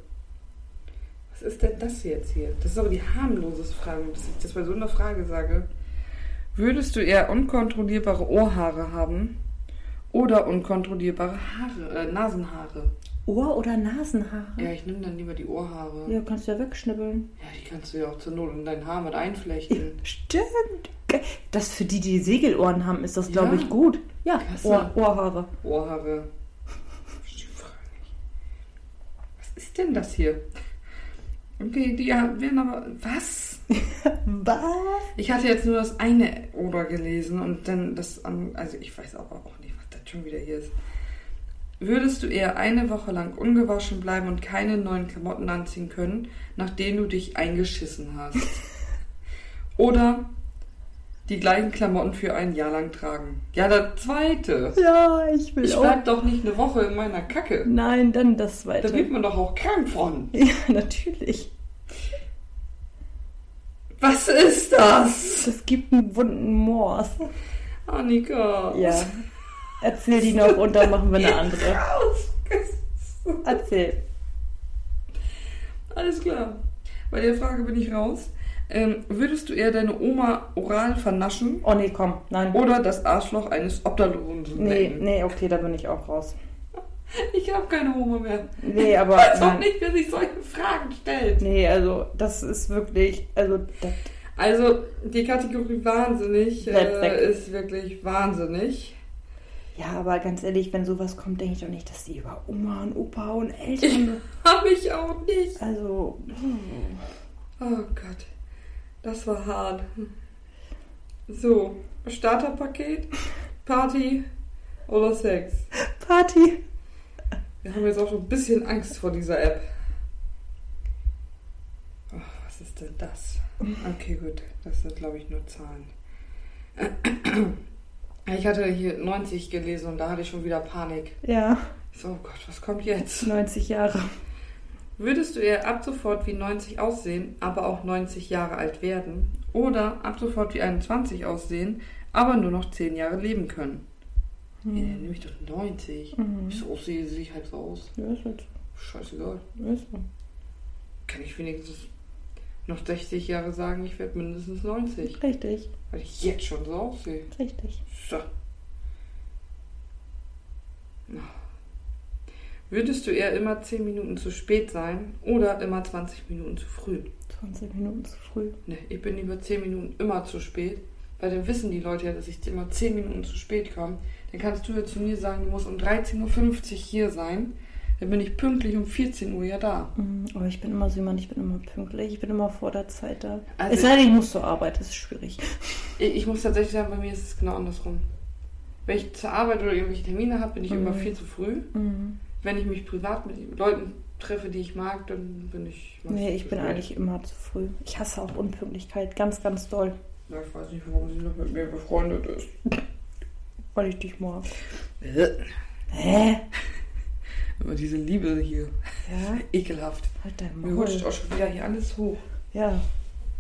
[SPEAKER 1] Was ist denn das jetzt hier? Das ist aber die harmloseste Frage, dass ich das bei so einer Frage sage. Würdest du eher unkontrollierbare Ohrhaare haben oder unkontrollierbare Haare, äh, Nasenhaare?
[SPEAKER 2] Ohr- oder Nasenhaare?
[SPEAKER 1] Ja, ich nehme dann lieber die Ohrhaare.
[SPEAKER 2] Ja, kannst du ja wegschnibbeln.
[SPEAKER 1] Ja, die kannst du ja auch zur Not in dein Haar mit
[SPEAKER 2] Mhm.
[SPEAKER 1] einflechten.
[SPEAKER 2] Stimmt. Ge- Das für die, die Segelohren haben, ist das, glaube
[SPEAKER 1] Ja.
[SPEAKER 2] ich, gut. Ja,
[SPEAKER 1] Klasse.
[SPEAKER 2] Ohr, Ohrhaare.
[SPEAKER 1] Ohrhaare. Verstehe die Frage nicht. Was ist denn das hier? Okay, die werden aber. Was?
[SPEAKER 2] Was?
[SPEAKER 1] Ich hatte jetzt nur das eine oder gelesen und dann das an. Also ich weiß aber auch nicht, was das schon wieder hier ist. Würdest du eher eine Woche lang ungewaschen bleiben und keine neuen Klamotten anziehen können, nachdem du dich eingeschissen hast? Oder die gleichen Klamotten für ein Jahr lang tragen? Ja, das zweite.
[SPEAKER 2] Ja, ich will
[SPEAKER 1] Ich
[SPEAKER 2] auch.
[SPEAKER 1] bleib doch nicht eine Woche in meiner Kacke.
[SPEAKER 2] Nein, dann das
[SPEAKER 1] Da
[SPEAKER 2] zweite.
[SPEAKER 1] wird man doch auch krank von.
[SPEAKER 2] Ja, natürlich.
[SPEAKER 1] Was ist das?
[SPEAKER 2] Das gibt einen wunden Mors.
[SPEAKER 1] Annika.
[SPEAKER 2] Ja. Erzähl die noch und dann machen wir eine andere.
[SPEAKER 1] Raus.
[SPEAKER 2] Erzähl.
[SPEAKER 1] Alles klar. Bei der Frage bin ich raus. Ähm, würdest du eher deine Oma oral vernaschen
[SPEAKER 2] Oh nee, komm. Nein.
[SPEAKER 1] oder das Arschloch eines Obdachlosen
[SPEAKER 2] nee,
[SPEAKER 1] lecken?
[SPEAKER 2] nee, okay, da bin ich auch raus.
[SPEAKER 1] Ich habe keine Oma mehr.
[SPEAKER 2] Nee, aber.
[SPEAKER 1] Weiß auch
[SPEAKER 2] nein.
[SPEAKER 1] nicht, wer sich solche Fragen stellt.
[SPEAKER 2] Nee, also das ist wirklich. Also das,
[SPEAKER 1] Also, die Kategorie wahnsinnig
[SPEAKER 2] Bleibt weg.
[SPEAKER 1] äh, ist wirklich wahnsinnig.
[SPEAKER 2] Ja, aber ganz ehrlich, wenn sowas kommt, denke ich doch nicht, dass die über Oma und Opa und
[SPEAKER 1] Ich
[SPEAKER 2] Eltern.
[SPEAKER 1] habe ich auch nicht.
[SPEAKER 2] Also,
[SPEAKER 1] Oh Gott, das war hart. So, Starterpaket, Party oder Sex?
[SPEAKER 2] Party.
[SPEAKER 1] Wir haben jetzt auch schon ein bisschen Angst vor dieser App. Ach, was ist denn das? Okay, gut, das sind glaube ich nur Zahlen. Ich hatte hier 90 gelesen und da hatte ich schon wieder Panik.
[SPEAKER 2] Ja,
[SPEAKER 1] So, oh Gott, was kommt jetzt?
[SPEAKER 2] 90 Jahre.
[SPEAKER 1] Würdest du eher ab sofort wie 90 aussehen, aber auch 90 Jahre alt werden? Oder ab sofort wie 21 aussehen, aber nur noch 10 Jahre leben können? Ja, dann nehme ich doch 90.
[SPEAKER 2] Mhm.
[SPEAKER 1] Ich so aussehe, sehe ich halb so aus.
[SPEAKER 2] Ja, ist halt,
[SPEAKER 1] Scheißegal.
[SPEAKER 2] ist so.
[SPEAKER 1] Kann ich wenigstens noch 60 Jahre sagen, ich werde mindestens 90.
[SPEAKER 2] Richtig,
[SPEAKER 1] Weil ich jetzt schon so aussehe.
[SPEAKER 2] richtig.
[SPEAKER 1] So. Würdest du eher immer 10 Minuten zu spät sein oder immer 20 Minuten zu früh?
[SPEAKER 2] 20 Minuten zu früh.
[SPEAKER 1] Ne, ich bin über 10 Minuten immer zu spät. Weil dann wissen die Leute ja, dass ich immer 10 Minuten zu spät komme. Dann kannst du ja zu mir sagen, du musst um 13.50 Uhr hier sein. Dann bin ich pünktlich um 14 Uhr ja da.
[SPEAKER 2] Mhm, Aber ich bin immer so jemand, ich bin immer pünktlich, ich bin immer vor der Zeit da.
[SPEAKER 1] Also-
[SPEAKER 2] es sei denn, ich muss zur Arbeit, das ist schwierig.
[SPEAKER 1] Ich, ich muss tatsächlich sagen, bei mir ist es genau andersrum. Wenn ich zur Arbeit oder irgendwelche Termine habe, bin ich immer viel zu früh.
[SPEAKER 2] Mhm.
[SPEAKER 1] wenn ich mich privat mit Leuten treffe, die ich mag, dann bin ich. meistens
[SPEAKER 2] Nee, ich bin
[SPEAKER 1] zu spät.
[SPEAKER 2] eigentlich immer zu früh. Ich hasse auch Unpünktlichkeit ganz, ganz doll,
[SPEAKER 1] Ja, ich weiß nicht, warum sie noch mit mir befreundet ist.
[SPEAKER 2] weil ich dich mag. Hä?
[SPEAKER 1] Aber diese Liebe hier,
[SPEAKER 2] Ja,
[SPEAKER 1] ekelhaft.
[SPEAKER 2] halt dein
[SPEAKER 1] Mir rutscht
[SPEAKER 2] Maul.
[SPEAKER 1] auch schon wieder hier alles hoch.
[SPEAKER 2] Ja,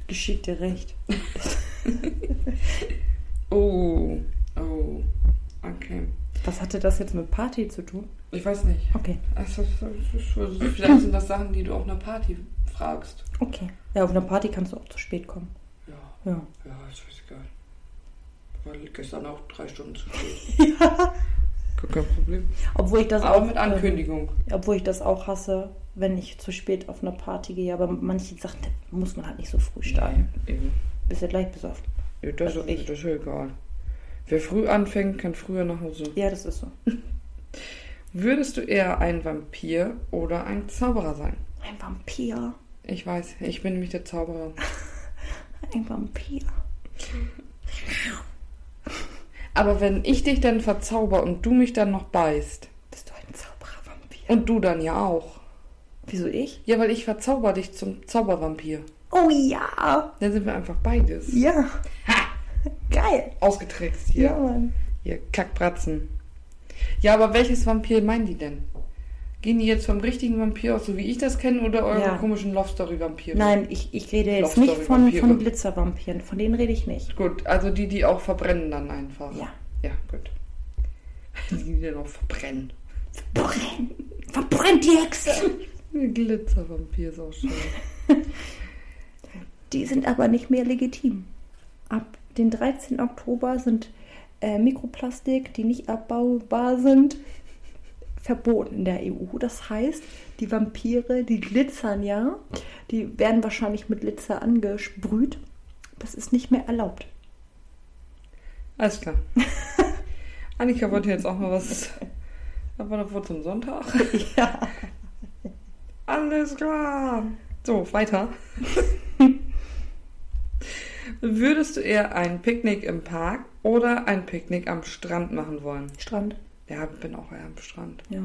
[SPEAKER 2] geschieht dir recht.
[SPEAKER 1] Oh, oh, okay.
[SPEAKER 2] Was hatte das jetzt mit Party zu tun?
[SPEAKER 1] Ich weiß nicht.
[SPEAKER 2] Okay,
[SPEAKER 1] Also, vielleicht sind das Sachen, die du auf einer Party fragst.
[SPEAKER 2] okay. Ja, auf einer Party kannst du auch zu spät kommen.
[SPEAKER 1] Ja,
[SPEAKER 2] Ja.
[SPEAKER 1] ja, ich weiß gar nicht. War gestern auch drei Stunden zu spät.
[SPEAKER 2] ja.
[SPEAKER 1] Kein Problem.
[SPEAKER 2] Obwohl ich das
[SPEAKER 1] Aber
[SPEAKER 2] auch
[SPEAKER 1] mit Ankündigung.
[SPEAKER 2] Äh, obwohl ich das auch hasse, wenn ich zu spät auf einer Party gehe. Aber manche Sachen da muss man halt nicht so früh starten.
[SPEAKER 1] Eben.
[SPEAKER 2] Bist ja gleich besoffen.
[SPEAKER 1] Ja, das,
[SPEAKER 2] Also ich.
[SPEAKER 1] ist, das ist ja egal. Wer früh anfängt, kann früher nach Hause.
[SPEAKER 2] Ja, das ist so.
[SPEAKER 1] Würdest du eher ein Vampir oder ein Zauberer sein?
[SPEAKER 2] Ein Vampir.
[SPEAKER 1] Ich weiß, ich bin nämlich der Zauberer.
[SPEAKER 2] Ein Vampir.
[SPEAKER 1] Aber wenn ich dich dann verzauber und du mich dann noch beißt,
[SPEAKER 2] Bist du ein Zauberer-Vampir?
[SPEAKER 1] und du dann ja auch.
[SPEAKER 2] Wieso ich?
[SPEAKER 1] Ja, weil ich verzauber dich zum Zaubervampir.
[SPEAKER 2] Oh ja.
[SPEAKER 1] Dann sind wir einfach beides.
[SPEAKER 2] Ja. Geil.
[SPEAKER 1] Ausgetrickst hier.
[SPEAKER 2] Ja, Mann.
[SPEAKER 1] Ihr Kackbratzen. Ja, aber welches Vampir meinen die denn? Gehen die jetzt vom richtigen Vampir aus, so wie ich das kenne, oder eure
[SPEAKER 2] Ja.
[SPEAKER 1] komischen Love Story Vampire?
[SPEAKER 2] Nein, ich, ich rede jetzt
[SPEAKER 1] Love
[SPEAKER 2] nicht
[SPEAKER 1] Story
[SPEAKER 2] von,
[SPEAKER 1] Vampire.
[SPEAKER 2] von Glitzervampiren. Von denen rede ich nicht.
[SPEAKER 1] Gut, also die, die auch verbrennen dann einfach.
[SPEAKER 2] Ja.
[SPEAKER 1] Ja, gut. Die, die dann auch verbrennen.
[SPEAKER 2] Verbrennt. Verbrennt die Hexe.
[SPEAKER 1] Ein Glitzervampir ist auch schön.
[SPEAKER 2] Die sind aber nicht mehr legitim. Ab den 13. Oktober sind äh, Mikroplastik, die nicht abbaubar sind, verboten in der EU. Das heißt, die Vampire, die glitzern ja, die werden wahrscheinlich mit Glitzer angesprüht. Das ist nicht mehr erlaubt.
[SPEAKER 1] Alles klar. Annika wollte jetzt auch mal was. Aber noch vor zum Sonntag.
[SPEAKER 2] Ja.
[SPEAKER 1] Alles klar. So, weiter. Würdest du eher ein Picknick im Park oder ein Picknick am Strand machen wollen?
[SPEAKER 2] Strand.
[SPEAKER 1] Ja, bin auch eher am Strand.
[SPEAKER 2] Ja.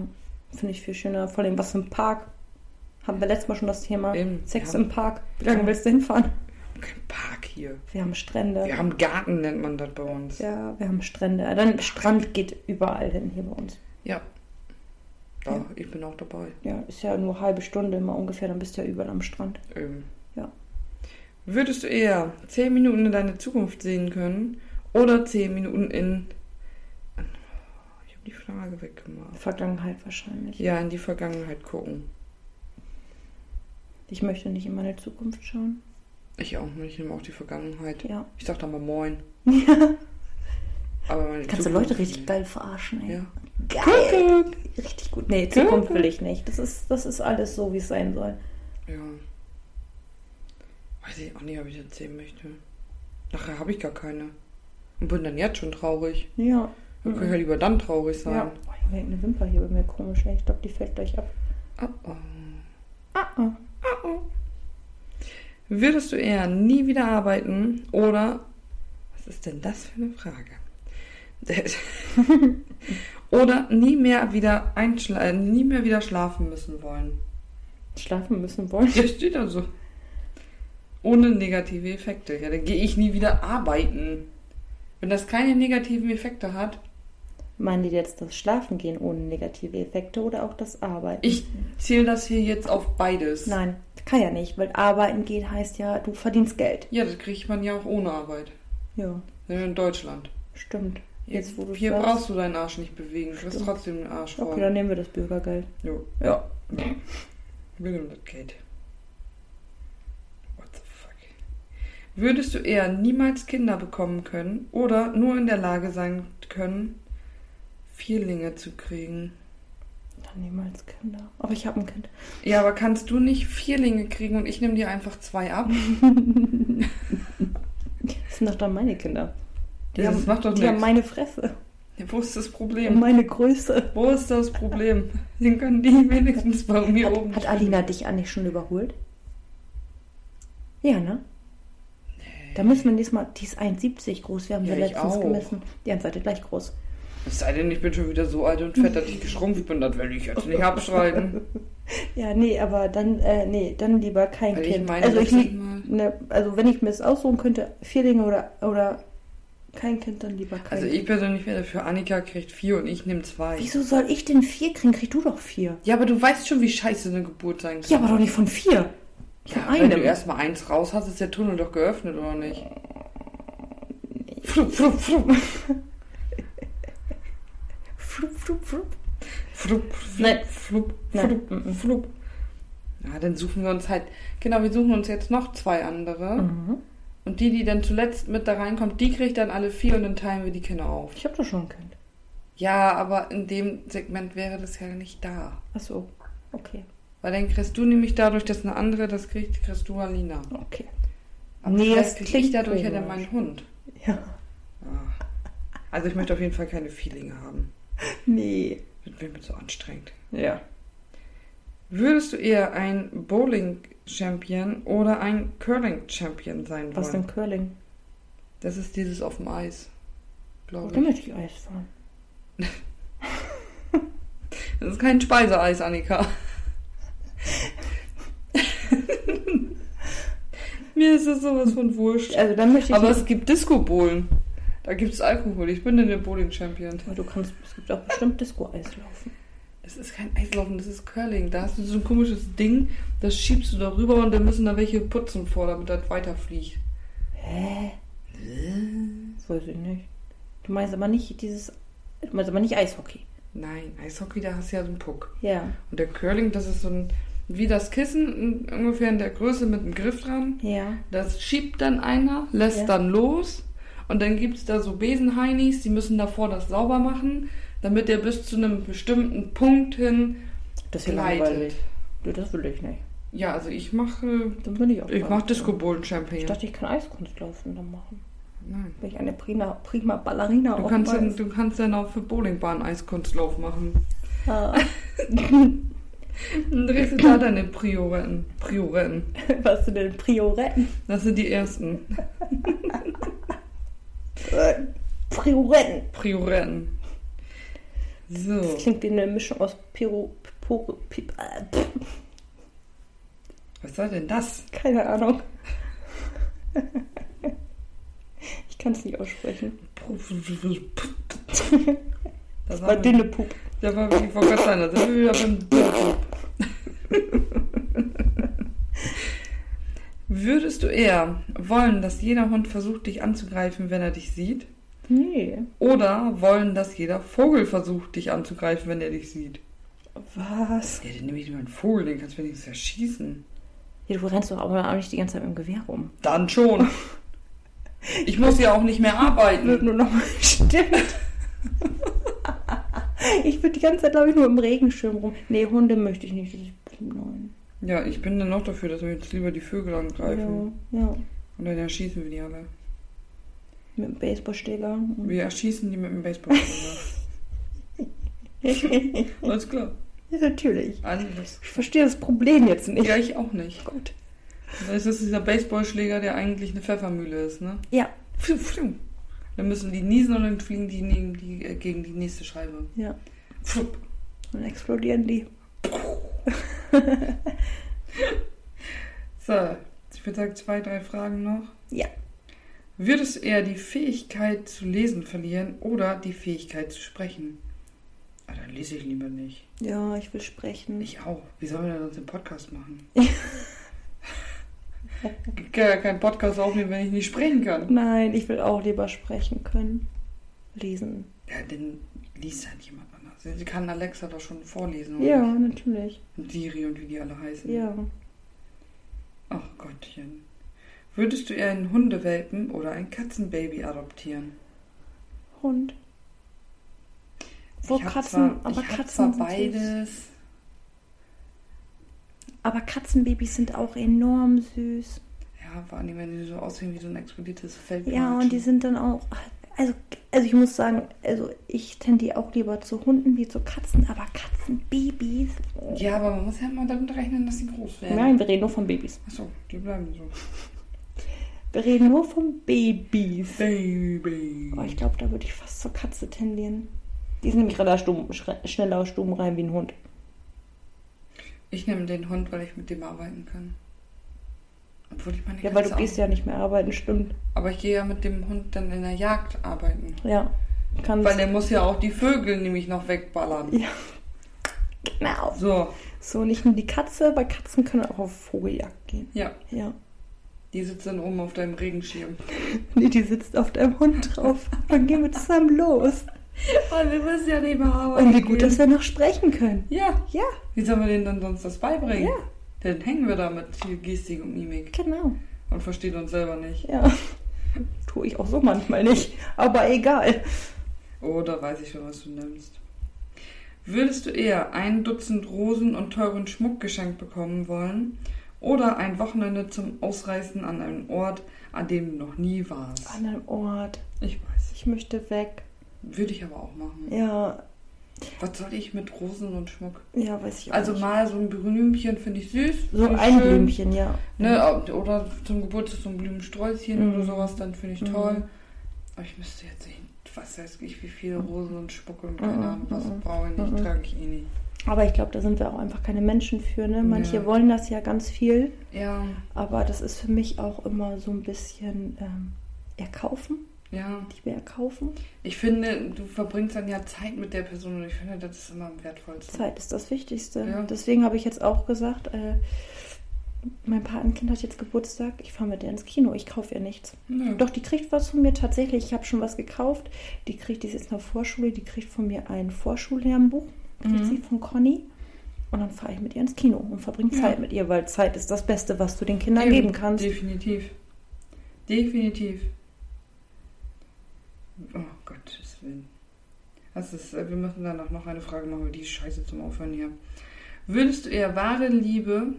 [SPEAKER 2] Finde ich viel schöner. Vor allem was im Park. Haben wir letztes Mal schon das Thema.
[SPEAKER 1] Eben,
[SPEAKER 2] Sex
[SPEAKER 1] ja.
[SPEAKER 2] im Park. Wie lange willst du hinfahren?
[SPEAKER 1] Kein Park hier.
[SPEAKER 2] Wir haben Strände.
[SPEAKER 1] Wir haben Garten, nennt man das bei uns.
[SPEAKER 2] Ja, wir haben Strände. Dann Strand geht überall hin hier bei uns.
[SPEAKER 1] Ja. Ja,
[SPEAKER 2] Ja.
[SPEAKER 1] ich bin auch dabei.
[SPEAKER 2] Ja, ist ja nur halbe Stunde immer ungefähr, dann bist du ja überall am Strand.
[SPEAKER 1] Ähm.
[SPEAKER 2] Ja.
[SPEAKER 1] Würdest du eher 10 Minuten in deine Zukunft sehen können oder 10 Minuten in. Ich habe die Frage weggemacht.
[SPEAKER 2] Vergangenheit wahrscheinlich.
[SPEAKER 1] Ja, in die Vergangenheit gucken.
[SPEAKER 2] Ich möchte nicht in meine Zukunft schauen.
[SPEAKER 1] Ich auch nicht, ich nehme auch die Vergangenheit.
[SPEAKER 2] Ja.
[SPEAKER 1] Ich sag da mal Moin. Aber meine
[SPEAKER 2] Kannst du
[SPEAKER 1] Zukunft-
[SPEAKER 2] Leute richtig geil verarschen, ey.
[SPEAKER 1] Ja.
[SPEAKER 2] Geil. Richtig gut. Nee, Zukunft
[SPEAKER 1] Guck.
[SPEAKER 2] will ich nicht. Das ist, das ist alles so, wie es sein soll.
[SPEAKER 1] Ja. Weiß ich auch nicht, ob ich das sehen möchte. Nachher habe ich gar keine. Und bin dann jetzt schon traurig.
[SPEAKER 2] Ja.
[SPEAKER 1] Dann kann ich ja lieber dann traurig sein.
[SPEAKER 2] Mhm. Ja. Oh, Junge, eine Wimper hier bei mir komisch, ey. Ich glaube, die fällt gleich ab.
[SPEAKER 1] Oh, oh.
[SPEAKER 2] Ah, ah.
[SPEAKER 1] Würdest du eher nie wieder arbeiten oder. Was ist denn das für eine Frage? oder nie mehr wieder einschla äh, nie mehr wieder schlafen müssen wollen.
[SPEAKER 2] Schlafen müssen wollen.
[SPEAKER 1] Ja, steht da so. Ohne negative Effekte. Ja, dann gehe ich nie wieder arbeiten. Wenn das keine negativen Effekte hat,
[SPEAKER 2] Meinen die jetzt das Schlafen gehen ohne negative Effekte oder auch das Arbeiten?
[SPEAKER 1] ich zähle das hier jetzt auf beides.
[SPEAKER 2] Nein, kann ja nicht, weil arbeiten geht heißt ja, du verdienst Geld.
[SPEAKER 1] Ja, das kriegt man ja auch ohne Arbeit.
[SPEAKER 2] Ja,
[SPEAKER 1] Sind wir In Deutschland.
[SPEAKER 2] stimmt. Jetzt, wo du
[SPEAKER 1] Hier
[SPEAKER 2] sagst.
[SPEAKER 1] brauchst du deinen Arsch nicht bewegen. Du kriegst
[SPEAKER 2] Stimmt.
[SPEAKER 1] trotzdem den Arsch voll.
[SPEAKER 2] Okay, dann nehmen wir das Bürgergeld.
[SPEAKER 1] Jo.
[SPEAKER 2] Ja.
[SPEAKER 1] Wir nehmen das Geld. What the fuck? Würdest du eher niemals Kinder bekommen können oder nur in der Lage sein können, Vierlinge zu kriegen?
[SPEAKER 2] Dann niemals Kinder. Aber ich habe ein Kind.
[SPEAKER 1] Ja, aber kannst du nicht Vierlinge kriegen und ich nehme dir einfach zwei ab?
[SPEAKER 2] Das sind doch dann meine Kinder. Die,
[SPEAKER 1] Ja,
[SPEAKER 2] haben,
[SPEAKER 1] das macht doch
[SPEAKER 2] die
[SPEAKER 1] nichts.
[SPEAKER 2] haben meine Fresse.
[SPEAKER 1] Ja, Wo ist das
[SPEAKER 2] Und
[SPEAKER 1] Problem?
[SPEAKER 2] meine Größe.
[SPEAKER 1] Wo ist das Problem? Den können die wenigstens bei mir oben.
[SPEAKER 2] Hat, hat Alina dich eigentlich schon überholt? Ja, ne? Da müssen wir nächstes Mal. Die ist 1,70 groß. Wir haben
[SPEAKER 1] Ja,
[SPEAKER 2] sie
[SPEAKER 1] ich
[SPEAKER 2] letztens
[SPEAKER 1] auch.
[SPEAKER 2] gemessen. Die anderen seid ihr gleich groß.
[SPEAKER 1] Es sei denn, ich bin schon wieder so alt und fett, dass ich geschrumpft bin. Das will ich jetzt nicht abschreiben.
[SPEAKER 2] Ja, nee, aber dann, äh, nee, dann lieber kein
[SPEAKER 1] Weil ich
[SPEAKER 2] Kind.
[SPEAKER 1] meine,
[SPEAKER 2] also, ich,
[SPEAKER 1] letztes
[SPEAKER 2] lieb-
[SPEAKER 1] Mal-
[SPEAKER 2] ne, also wenn ich mir das aussuchen könnte, Vierlinge oder, oder kein Kind, dann lieber kein
[SPEAKER 1] Also
[SPEAKER 2] Kind.
[SPEAKER 1] ich persönlich wäre dafür, Annika kriegt vier und ich nehme zwei.
[SPEAKER 2] Wieso soll ich denn vier kriegen? Krieg du doch vier.
[SPEAKER 1] Ja, aber du weißt schon, wie scheiße eine Geburt sein kann.
[SPEAKER 2] Ja, aber doch nicht von vier. Von
[SPEAKER 1] Ja, wenn du
[SPEAKER 2] einem.
[SPEAKER 1] erstmal eins raus hast, ist der Tunnel doch geöffnet, oder nicht? Frupp, frupp, frupp.
[SPEAKER 2] Flup, flup, flup.
[SPEAKER 1] Frupp, frupp,
[SPEAKER 2] Nein.
[SPEAKER 1] frupp,
[SPEAKER 2] Nein. Mm,
[SPEAKER 1] frupp, frupp. Ja, dann suchen wir uns halt. Genau, wir suchen uns jetzt noch zwei andere.
[SPEAKER 2] Mhm.
[SPEAKER 1] Und die, die dann zuletzt mit da reinkommt, die kriegt dann alle vier und dann teilen wir die Kinder auf.
[SPEAKER 2] Ich hab doch schon ein Kind.
[SPEAKER 1] Ja, aber in dem Segment wäre das ja nicht da.
[SPEAKER 2] Ach so. Okay.
[SPEAKER 1] Weil dann kriegst du nämlich dadurch, dass eine andere das kriegt, kriegst du Alina.
[SPEAKER 2] Okay.
[SPEAKER 1] Aber
[SPEAKER 2] Nee,
[SPEAKER 1] vielleicht
[SPEAKER 2] das
[SPEAKER 1] krieg ich
[SPEAKER 2] klingt
[SPEAKER 1] dadurch ja dann
[SPEAKER 2] komisch.
[SPEAKER 1] meinen Hund.
[SPEAKER 2] Ja.
[SPEAKER 1] Ah. Also ich möchte auf jeden Fall keine Feelinge haben.
[SPEAKER 2] Nee.
[SPEAKER 1] Wird mir mit so anstrengend.
[SPEAKER 2] Ja.
[SPEAKER 1] Würdest du eher ein Bowling-Champion oder ein Curling-Champion sein wollen?
[SPEAKER 2] Was denn Curling?
[SPEAKER 1] Das ist dieses auf dem Eis, glaube
[SPEAKER 2] Dann
[SPEAKER 1] ich.
[SPEAKER 2] möchte ich Eis fahren.
[SPEAKER 1] Das ist kein Speiseeis, Annika. Mir ist es sowas von wurscht.
[SPEAKER 2] Also dann möchte ich.
[SPEAKER 1] Äh, Aber es gibt Disco-Bohlen. Da gibt es Alkohol. Ich bin denn der Bowling-Champion.
[SPEAKER 2] Aber du kannst, es gibt auch bestimmt Disco-Eis laufen.
[SPEAKER 1] Das ist kein Eislaufen, das ist Curling. Da hast du so ein komisches Ding, das schiebst du da rüber und dann müssen da welche putzen vor, damit das weiterfliegt.
[SPEAKER 2] Hä? Das weiß ich nicht. Du meinst aber nicht dieses. Du meinst aber nicht Eishockey.
[SPEAKER 1] Nein, Eishockey, da hast du ja so einen Puck.
[SPEAKER 2] Ja.
[SPEAKER 1] Und der Curling, das ist so ein, wie das Kissen, in- ungefähr in der Größe mit einem Griff dran.
[SPEAKER 2] Ja.
[SPEAKER 1] Das schiebt dann einer, lässt
[SPEAKER 2] Ja.
[SPEAKER 1] dann los und dann gibt es da so Besenheinis, die müssen davor das sauber machen, damit der bis zu einem bestimmten Punkt hin
[SPEAKER 2] Das ist ja
[SPEAKER 1] gleitet.
[SPEAKER 2] langweilig. Nee, das will ich nicht.
[SPEAKER 1] Ja, also ich mache,
[SPEAKER 2] Dann bin ich auch.
[SPEAKER 1] ich
[SPEAKER 2] mal-
[SPEAKER 1] mache disco
[SPEAKER 2] Ich
[SPEAKER 1] champion
[SPEAKER 2] dachte, ich kann Eiskunstlaufen dann machen.
[SPEAKER 1] Nein.
[SPEAKER 2] Bin ich eine prima, prima Ballerina
[SPEAKER 1] Du
[SPEAKER 2] auf
[SPEAKER 1] kannst,
[SPEAKER 2] dem
[SPEAKER 1] dann,
[SPEAKER 2] Eis.
[SPEAKER 1] du kannst dann auch für Bowlingbahn Eiskunstlauf machen.
[SPEAKER 2] Ah.
[SPEAKER 1] Dann drehst du da deine Prioretten. Prioretten.
[SPEAKER 2] Was sind denn Prioretten?
[SPEAKER 1] Das sind die ersten.
[SPEAKER 2] Äh, Prioretten.
[SPEAKER 1] Prioretten. So.
[SPEAKER 2] Das klingt wie eine Mischung aus Piro. Piro Pip, äh, pff,
[SPEAKER 1] Was soll denn das?
[SPEAKER 2] keine Ahnung. ich kann es nicht aussprechen.
[SPEAKER 1] Das
[SPEAKER 2] War dünne Pup.
[SPEAKER 1] Da war ich vor Gott sein, da sind wir wieder beim Dürrclub. Würdest du eher wollen, dass jeder Hund versucht, dich anzugreifen, wenn er dich sieht?
[SPEAKER 2] Nee.
[SPEAKER 1] Oder wollen, dass jeder Vogel versucht, dich anzugreifen, wenn er dich sieht?
[SPEAKER 2] Was?
[SPEAKER 1] Ja, dann nehme ich dir mal einen Vogel, den kannst du wenigstens erschießen.
[SPEAKER 2] Ja, du rennst doch aber auch nicht die ganze Zeit mit dem Gewehr rum.
[SPEAKER 1] Dann schon. Ich muss ja auch nicht mehr arbeiten.
[SPEAKER 2] nur nochmal stimmt. ich würde die ganze Zeit, glaube ich, nur im Regenschirm rum. Nee, Hunde möchte ich nicht. Das ist- Nein.
[SPEAKER 1] Ja, ich bin dann noch dafür, dass wir jetzt lieber die Vögel angreifen.
[SPEAKER 2] Ja, ja.
[SPEAKER 1] Und dann erschießen wir die alle.
[SPEAKER 2] Mit dem Baseballschläger.
[SPEAKER 1] Wir erschießen die mit dem Baseballschläger. Alles klar.
[SPEAKER 2] Ja, natürlich.
[SPEAKER 1] Alles.
[SPEAKER 2] Ich verstehe das Problem jetzt nicht.
[SPEAKER 1] Ja, ich auch nicht.
[SPEAKER 2] Gut.
[SPEAKER 1] Da ist das dieser Baseballschläger, der eigentlich eine Pfeffermühle ist, ne?
[SPEAKER 2] Ja.
[SPEAKER 1] Pfiou, pfiou. Dann müssen die niesen und dann fliegen die, neben die äh, gegen die nächste Scheibe.
[SPEAKER 2] Ja.
[SPEAKER 1] Pfupp.
[SPEAKER 2] Dann explodieren die.
[SPEAKER 1] So, ich würde sagen, zwei, drei Fragen noch.
[SPEAKER 2] Ja.
[SPEAKER 1] Würdest du eher die Fähigkeit zu lesen verlieren oder die Fähigkeit zu sprechen? Ah, dann lese ich lieber nicht.
[SPEAKER 2] Ja, ich will sprechen.
[SPEAKER 1] Ich auch. Wie sollen wir denn sonst einen Podcast machen? ich kann ja keinen Podcast aufnehmen, wenn ich nicht sprechen kann.
[SPEAKER 2] Nein, ich will auch lieber sprechen können. Lesen.
[SPEAKER 1] Ja, dann liest halt jemand anders. Sie kann Alexa doch schon vorlesen. oder?
[SPEAKER 2] Ja, natürlich.
[SPEAKER 1] Und Siri und wie die alle heißen.
[SPEAKER 2] Ja.
[SPEAKER 1] Ach Gottchen. Würdest du eher einen Hundewelpen oder ein Katzenbaby adoptieren?
[SPEAKER 2] Hund. Wo
[SPEAKER 1] Ich hab
[SPEAKER 2] Katzen,
[SPEAKER 1] zwar,
[SPEAKER 2] aber
[SPEAKER 1] ich hab
[SPEAKER 2] Katzen
[SPEAKER 1] zwar
[SPEAKER 2] sind süß.
[SPEAKER 1] beides.
[SPEAKER 2] Aber Katzenbabys sind auch enorm süß.
[SPEAKER 1] Ja, vor allem, wenn die so aussehen wie so ein explodiertes Feld.
[SPEAKER 2] Ja, und die sind dann auch. Also, also ich muss sagen, also ich tendiere auch lieber zu Hunden wie zu Katzen, aber Katzenbabys.
[SPEAKER 1] Ja, aber man muss ja mal damit rechnen, dass die groß werden.
[SPEAKER 2] Nein, wir reden nur von Babys.
[SPEAKER 1] Achso, die bleiben so.
[SPEAKER 2] Wir reden nur von Babys.
[SPEAKER 1] Baby.
[SPEAKER 2] Oh, ich glaube, da würde ich fast zur Katze tendieren. Die ist nämlich schneller, stumm, schre- schneller stumm rein wie ein Hund.
[SPEAKER 1] Ich nehme den Hund, weil ich mit dem arbeiten kann. Obwohl ich meine
[SPEAKER 2] Ja, weil du
[SPEAKER 1] Katze
[SPEAKER 2] gehst ja nicht mehr arbeiten, stimmt.
[SPEAKER 1] auch. Aber ich gehe ja mit dem Hund dann in der Jagd arbeiten.
[SPEAKER 2] Ja. Kannst.
[SPEAKER 1] Weil der muss ja auch die Vögel nämlich noch wegballern.
[SPEAKER 2] ja. Genau.
[SPEAKER 1] So,
[SPEAKER 2] So, nicht nur die Katze, bei Katzen können auch auf Vogeljagd gehen.
[SPEAKER 1] ja.
[SPEAKER 2] Ja.
[SPEAKER 1] Die sitzt dann oben auf deinem Regenschirm.
[SPEAKER 2] Nee, die sitzt auf deinem Hund drauf. Dann gehen wir zusammen los.
[SPEAKER 1] Weil Oh, wir müssen ja nicht mehr arbeiten.
[SPEAKER 2] Und wie gut, dass wir noch sprechen können.
[SPEAKER 1] Ja.
[SPEAKER 2] Ja,
[SPEAKER 1] Wie sollen wir denen dann sonst das beibringen?
[SPEAKER 2] Ja.
[SPEAKER 1] Dann hängen wir da mit hier Gestik und Mimik
[SPEAKER 2] genau.
[SPEAKER 1] und verstehen uns selber nicht.
[SPEAKER 2] Ja. Tue ich auch so manchmal nicht. Aber egal.
[SPEAKER 1] Oh, da weiß ich schon, was du nimmst. Würdest du eher ein Dutzend Rosen und teuren Schmuck geschenkt bekommen wollen oder ein Wochenende zum Ausreißen an einem Ort, an dem du noch nie warst?
[SPEAKER 2] An einem Ort.
[SPEAKER 1] Ich weiß.
[SPEAKER 2] Ich möchte weg.
[SPEAKER 1] Würde ich aber auch machen.
[SPEAKER 2] Ja,
[SPEAKER 1] Was soll ich mit Rosen und Schmuck?
[SPEAKER 2] ja, weiß ich auch
[SPEAKER 1] Also
[SPEAKER 2] nicht.
[SPEAKER 1] mal so ein Blümchen finde ich süß.
[SPEAKER 2] So
[SPEAKER 1] find ich
[SPEAKER 2] ein
[SPEAKER 1] schön.
[SPEAKER 2] Blümchen, ja.
[SPEAKER 1] Ne, oder zum Geburtstag so ein Blumensträußchen
[SPEAKER 2] Mhm.
[SPEAKER 1] oder sowas, dann finde ich
[SPEAKER 2] Mhm.
[SPEAKER 1] toll. Aber ich müsste jetzt nicht, was weiß ich, wie viele Rosen und Spucke und keine
[SPEAKER 2] Mhm,
[SPEAKER 1] Ahnung, was
[SPEAKER 2] mhm.
[SPEAKER 1] brauche ich nicht,
[SPEAKER 2] Mhm.
[SPEAKER 1] trage ich eh nicht.
[SPEAKER 2] Aber ich glaube, da sind wir auch einfach keine Menschen für. Ne? Manche
[SPEAKER 1] Ja.
[SPEAKER 2] wollen das ja ganz viel,
[SPEAKER 1] Ja,
[SPEAKER 2] aber das ist für mich auch immer so ein bisschen ähm, erkaufen,
[SPEAKER 1] ja.
[SPEAKER 2] Liebe erkaufen.
[SPEAKER 1] Ich finde, du verbringst dann ja Zeit mit der Person und ich finde, das ist immer am wertvollsten.
[SPEAKER 2] Zeit ist das Wichtigste.
[SPEAKER 1] Ja.
[SPEAKER 2] Deswegen habe ich jetzt auch gesagt, äh, mein Patenkind hat jetzt Geburtstag, ich fahre mit ihr ins Kino, ich kaufe ihr nichts.
[SPEAKER 1] Nö.
[SPEAKER 2] Doch, die kriegt was von mir tatsächlich. Ich habe schon was gekauft. Die kriegt, die ist jetzt in der Vorschule, die kriegt von mir ein Vorschullernbuch. Kriegt
[SPEAKER 1] Mhm.
[SPEAKER 2] sie von Conny. Und dann fahre ich mit ihr ins Kino und verbringe
[SPEAKER 1] Ja.
[SPEAKER 2] Zeit mit ihr, weil Zeit ist das Beste, was du den Kindern
[SPEAKER 1] Eben,
[SPEAKER 2] geben kannst.
[SPEAKER 1] Definitiv. Definitiv. Oh Gottes Willen. Das ist, äh, wir müssen danach noch eine Frage machen, weil die Scheiße zum Aufhören hier. Würdest du eher wahre Liebe,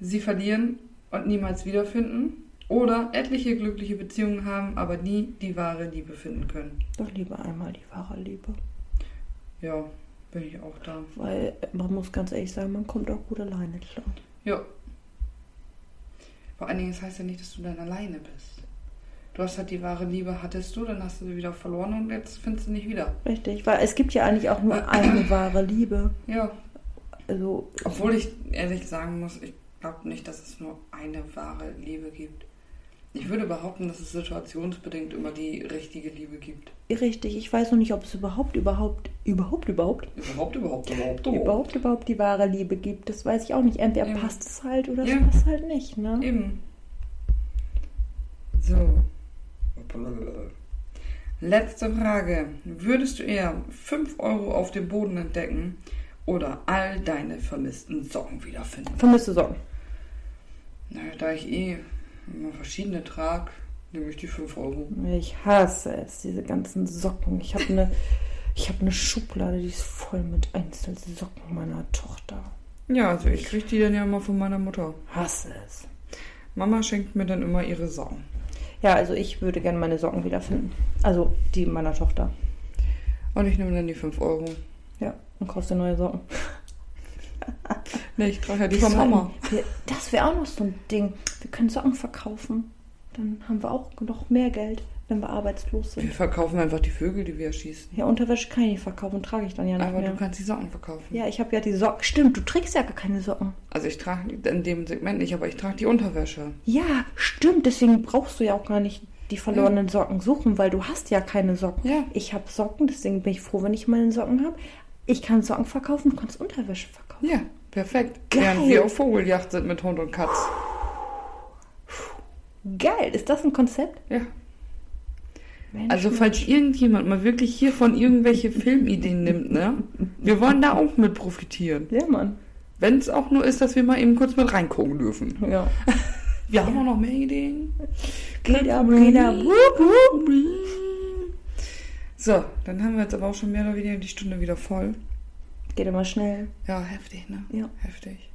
[SPEAKER 1] sie verlieren und niemals wiederfinden? Oder etliche glückliche Beziehungen haben, aber nie die wahre Liebe finden können?
[SPEAKER 2] Doch lieber einmal die wahre Liebe.
[SPEAKER 1] Ja, bin ich auch da.
[SPEAKER 2] Weil man muss ganz ehrlich sagen, man kommt auch gut alleine klar.
[SPEAKER 1] Ja. Vor allen Dingen, es heißt ja nicht, dass du dann alleine bist. Du hast halt die wahre Liebe, hattest du, dann hast du sie wieder verloren und jetzt findest du nicht wieder.
[SPEAKER 2] Richtig, weil es gibt ja eigentlich auch nur eine wahre Liebe.
[SPEAKER 1] Ja.
[SPEAKER 2] Also,
[SPEAKER 1] Obwohl ich ehrlich sagen muss, ich glaube nicht, dass es nur eine wahre Liebe gibt. Ich würde behaupten, dass es situationsbedingt immer die richtige Liebe gibt.
[SPEAKER 2] richtig, ich weiß noch nicht, ob es überhaupt, überhaupt, überhaupt, überhaupt
[SPEAKER 1] Überhaupt, überhaupt, überhaupt,
[SPEAKER 2] überhaupt überhaupt die wahre Liebe gibt, das weiß ich auch nicht. Entweder
[SPEAKER 1] Eben.
[SPEAKER 2] passt es halt oder es
[SPEAKER 1] Ja.
[SPEAKER 2] passt halt nicht, ne?
[SPEAKER 1] Eben. So. Letzte Frage. Würdest du eher 5 Euro auf dem Boden entdecken oder all deine vermissten Socken wiederfinden?
[SPEAKER 2] Vermisste Sorgen.
[SPEAKER 1] Naja, da ich eh immer verschiedene trage, nehme ich die 5 Euro.
[SPEAKER 2] Ich hasse es, diese ganzen Socken. Ich habe eine ich hab ne Schublade, die ist voll mit Einzelsocken meiner Tochter.
[SPEAKER 1] Ja, also ich kriege die dann ja immer von meiner Mutter.
[SPEAKER 2] Hasse es.
[SPEAKER 1] Mama schenkt mir dann immer ihre Socken.
[SPEAKER 2] Ja, also ich würde gerne meine Socken wiederfinden. Also die meiner Tochter.
[SPEAKER 1] Und ich nehme dann die 5 Euro.
[SPEAKER 2] Ja, und kaufst dir neue Socken.
[SPEAKER 1] Ne, ich trage ja die von Mama.
[SPEAKER 2] Wir- Das wäre auch noch so ein Ding. Wir können Socken verkaufen. Dann haben wir auch noch mehr Geld, wenn wir arbeitslos
[SPEAKER 1] Wir
[SPEAKER 2] sind.
[SPEAKER 1] verkaufen einfach die Vögel, die wir schießen.
[SPEAKER 2] Ja, Unterwäsche kann ich nicht verkaufen, trage ich dann ja nicht
[SPEAKER 1] Aber
[SPEAKER 2] mehr.
[SPEAKER 1] du kannst die Socken verkaufen.
[SPEAKER 2] ja, ich habe ja die Socken. Stimmt, du trägst ja gar keine Socken.
[SPEAKER 1] Also ich trage in dem Segment nicht, aber ich trage die Unterwäsche.
[SPEAKER 2] Ja, stimmt. Deswegen brauchst du ja auch gar nicht die verlorenen Socken suchen, weil du hast ja keine Socken.
[SPEAKER 1] Ja.
[SPEAKER 2] Ich habe Socken, deswegen bin ich froh, wenn ich meine Socken habe. Ich kann Socken verkaufen, du kannst Unterwäsche verkaufen.
[SPEAKER 1] Ja, perfekt.
[SPEAKER 2] Geil.
[SPEAKER 1] Während wir auf Vogeljagd sind mit Hund und Katz.
[SPEAKER 2] Geil, ist das ein Konzept?
[SPEAKER 1] Ja.
[SPEAKER 2] Mensch,
[SPEAKER 1] Also falls irgendjemand mal wirklich hier von irgendwelche Filmideen nimmt, ne? Wir wollen da auch mit profitieren.
[SPEAKER 2] ja, Mann.
[SPEAKER 1] Wenn es auch nur ist, dass wir mal eben kurz mit reingucken dürfen.
[SPEAKER 2] Ja.
[SPEAKER 1] Wir haben auch noch mehr Ideen.
[SPEAKER 2] Geht ab,
[SPEAKER 1] Problem.
[SPEAKER 2] geht ab. Wup, wup.
[SPEAKER 1] So, dann haben wir jetzt aber auch schon mehr oder weniger die Stunde wieder voll.
[SPEAKER 2] Geht immer schnell.
[SPEAKER 1] Ja, heftig, ne?
[SPEAKER 2] Ja.
[SPEAKER 1] Heftig.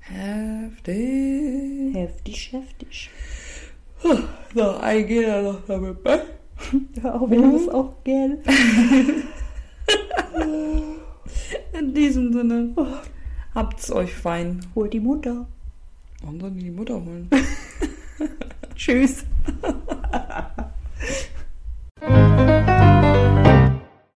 [SPEAKER 1] Heftig.
[SPEAKER 2] Heftig, heftig.
[SPEAKER 1] So, ein Gel noch damit. Ne?
[SPEAKER 2] Ja, auch wenn das auch gell.
[SPEAKER 1] In diesem Sinne, habt's euch fein.
[SPEAKER 2] Holt die Mutter.
[SPEAKER 1] Warum sollen die die Mutter holen?
[SPEAKER 2] Tschüss.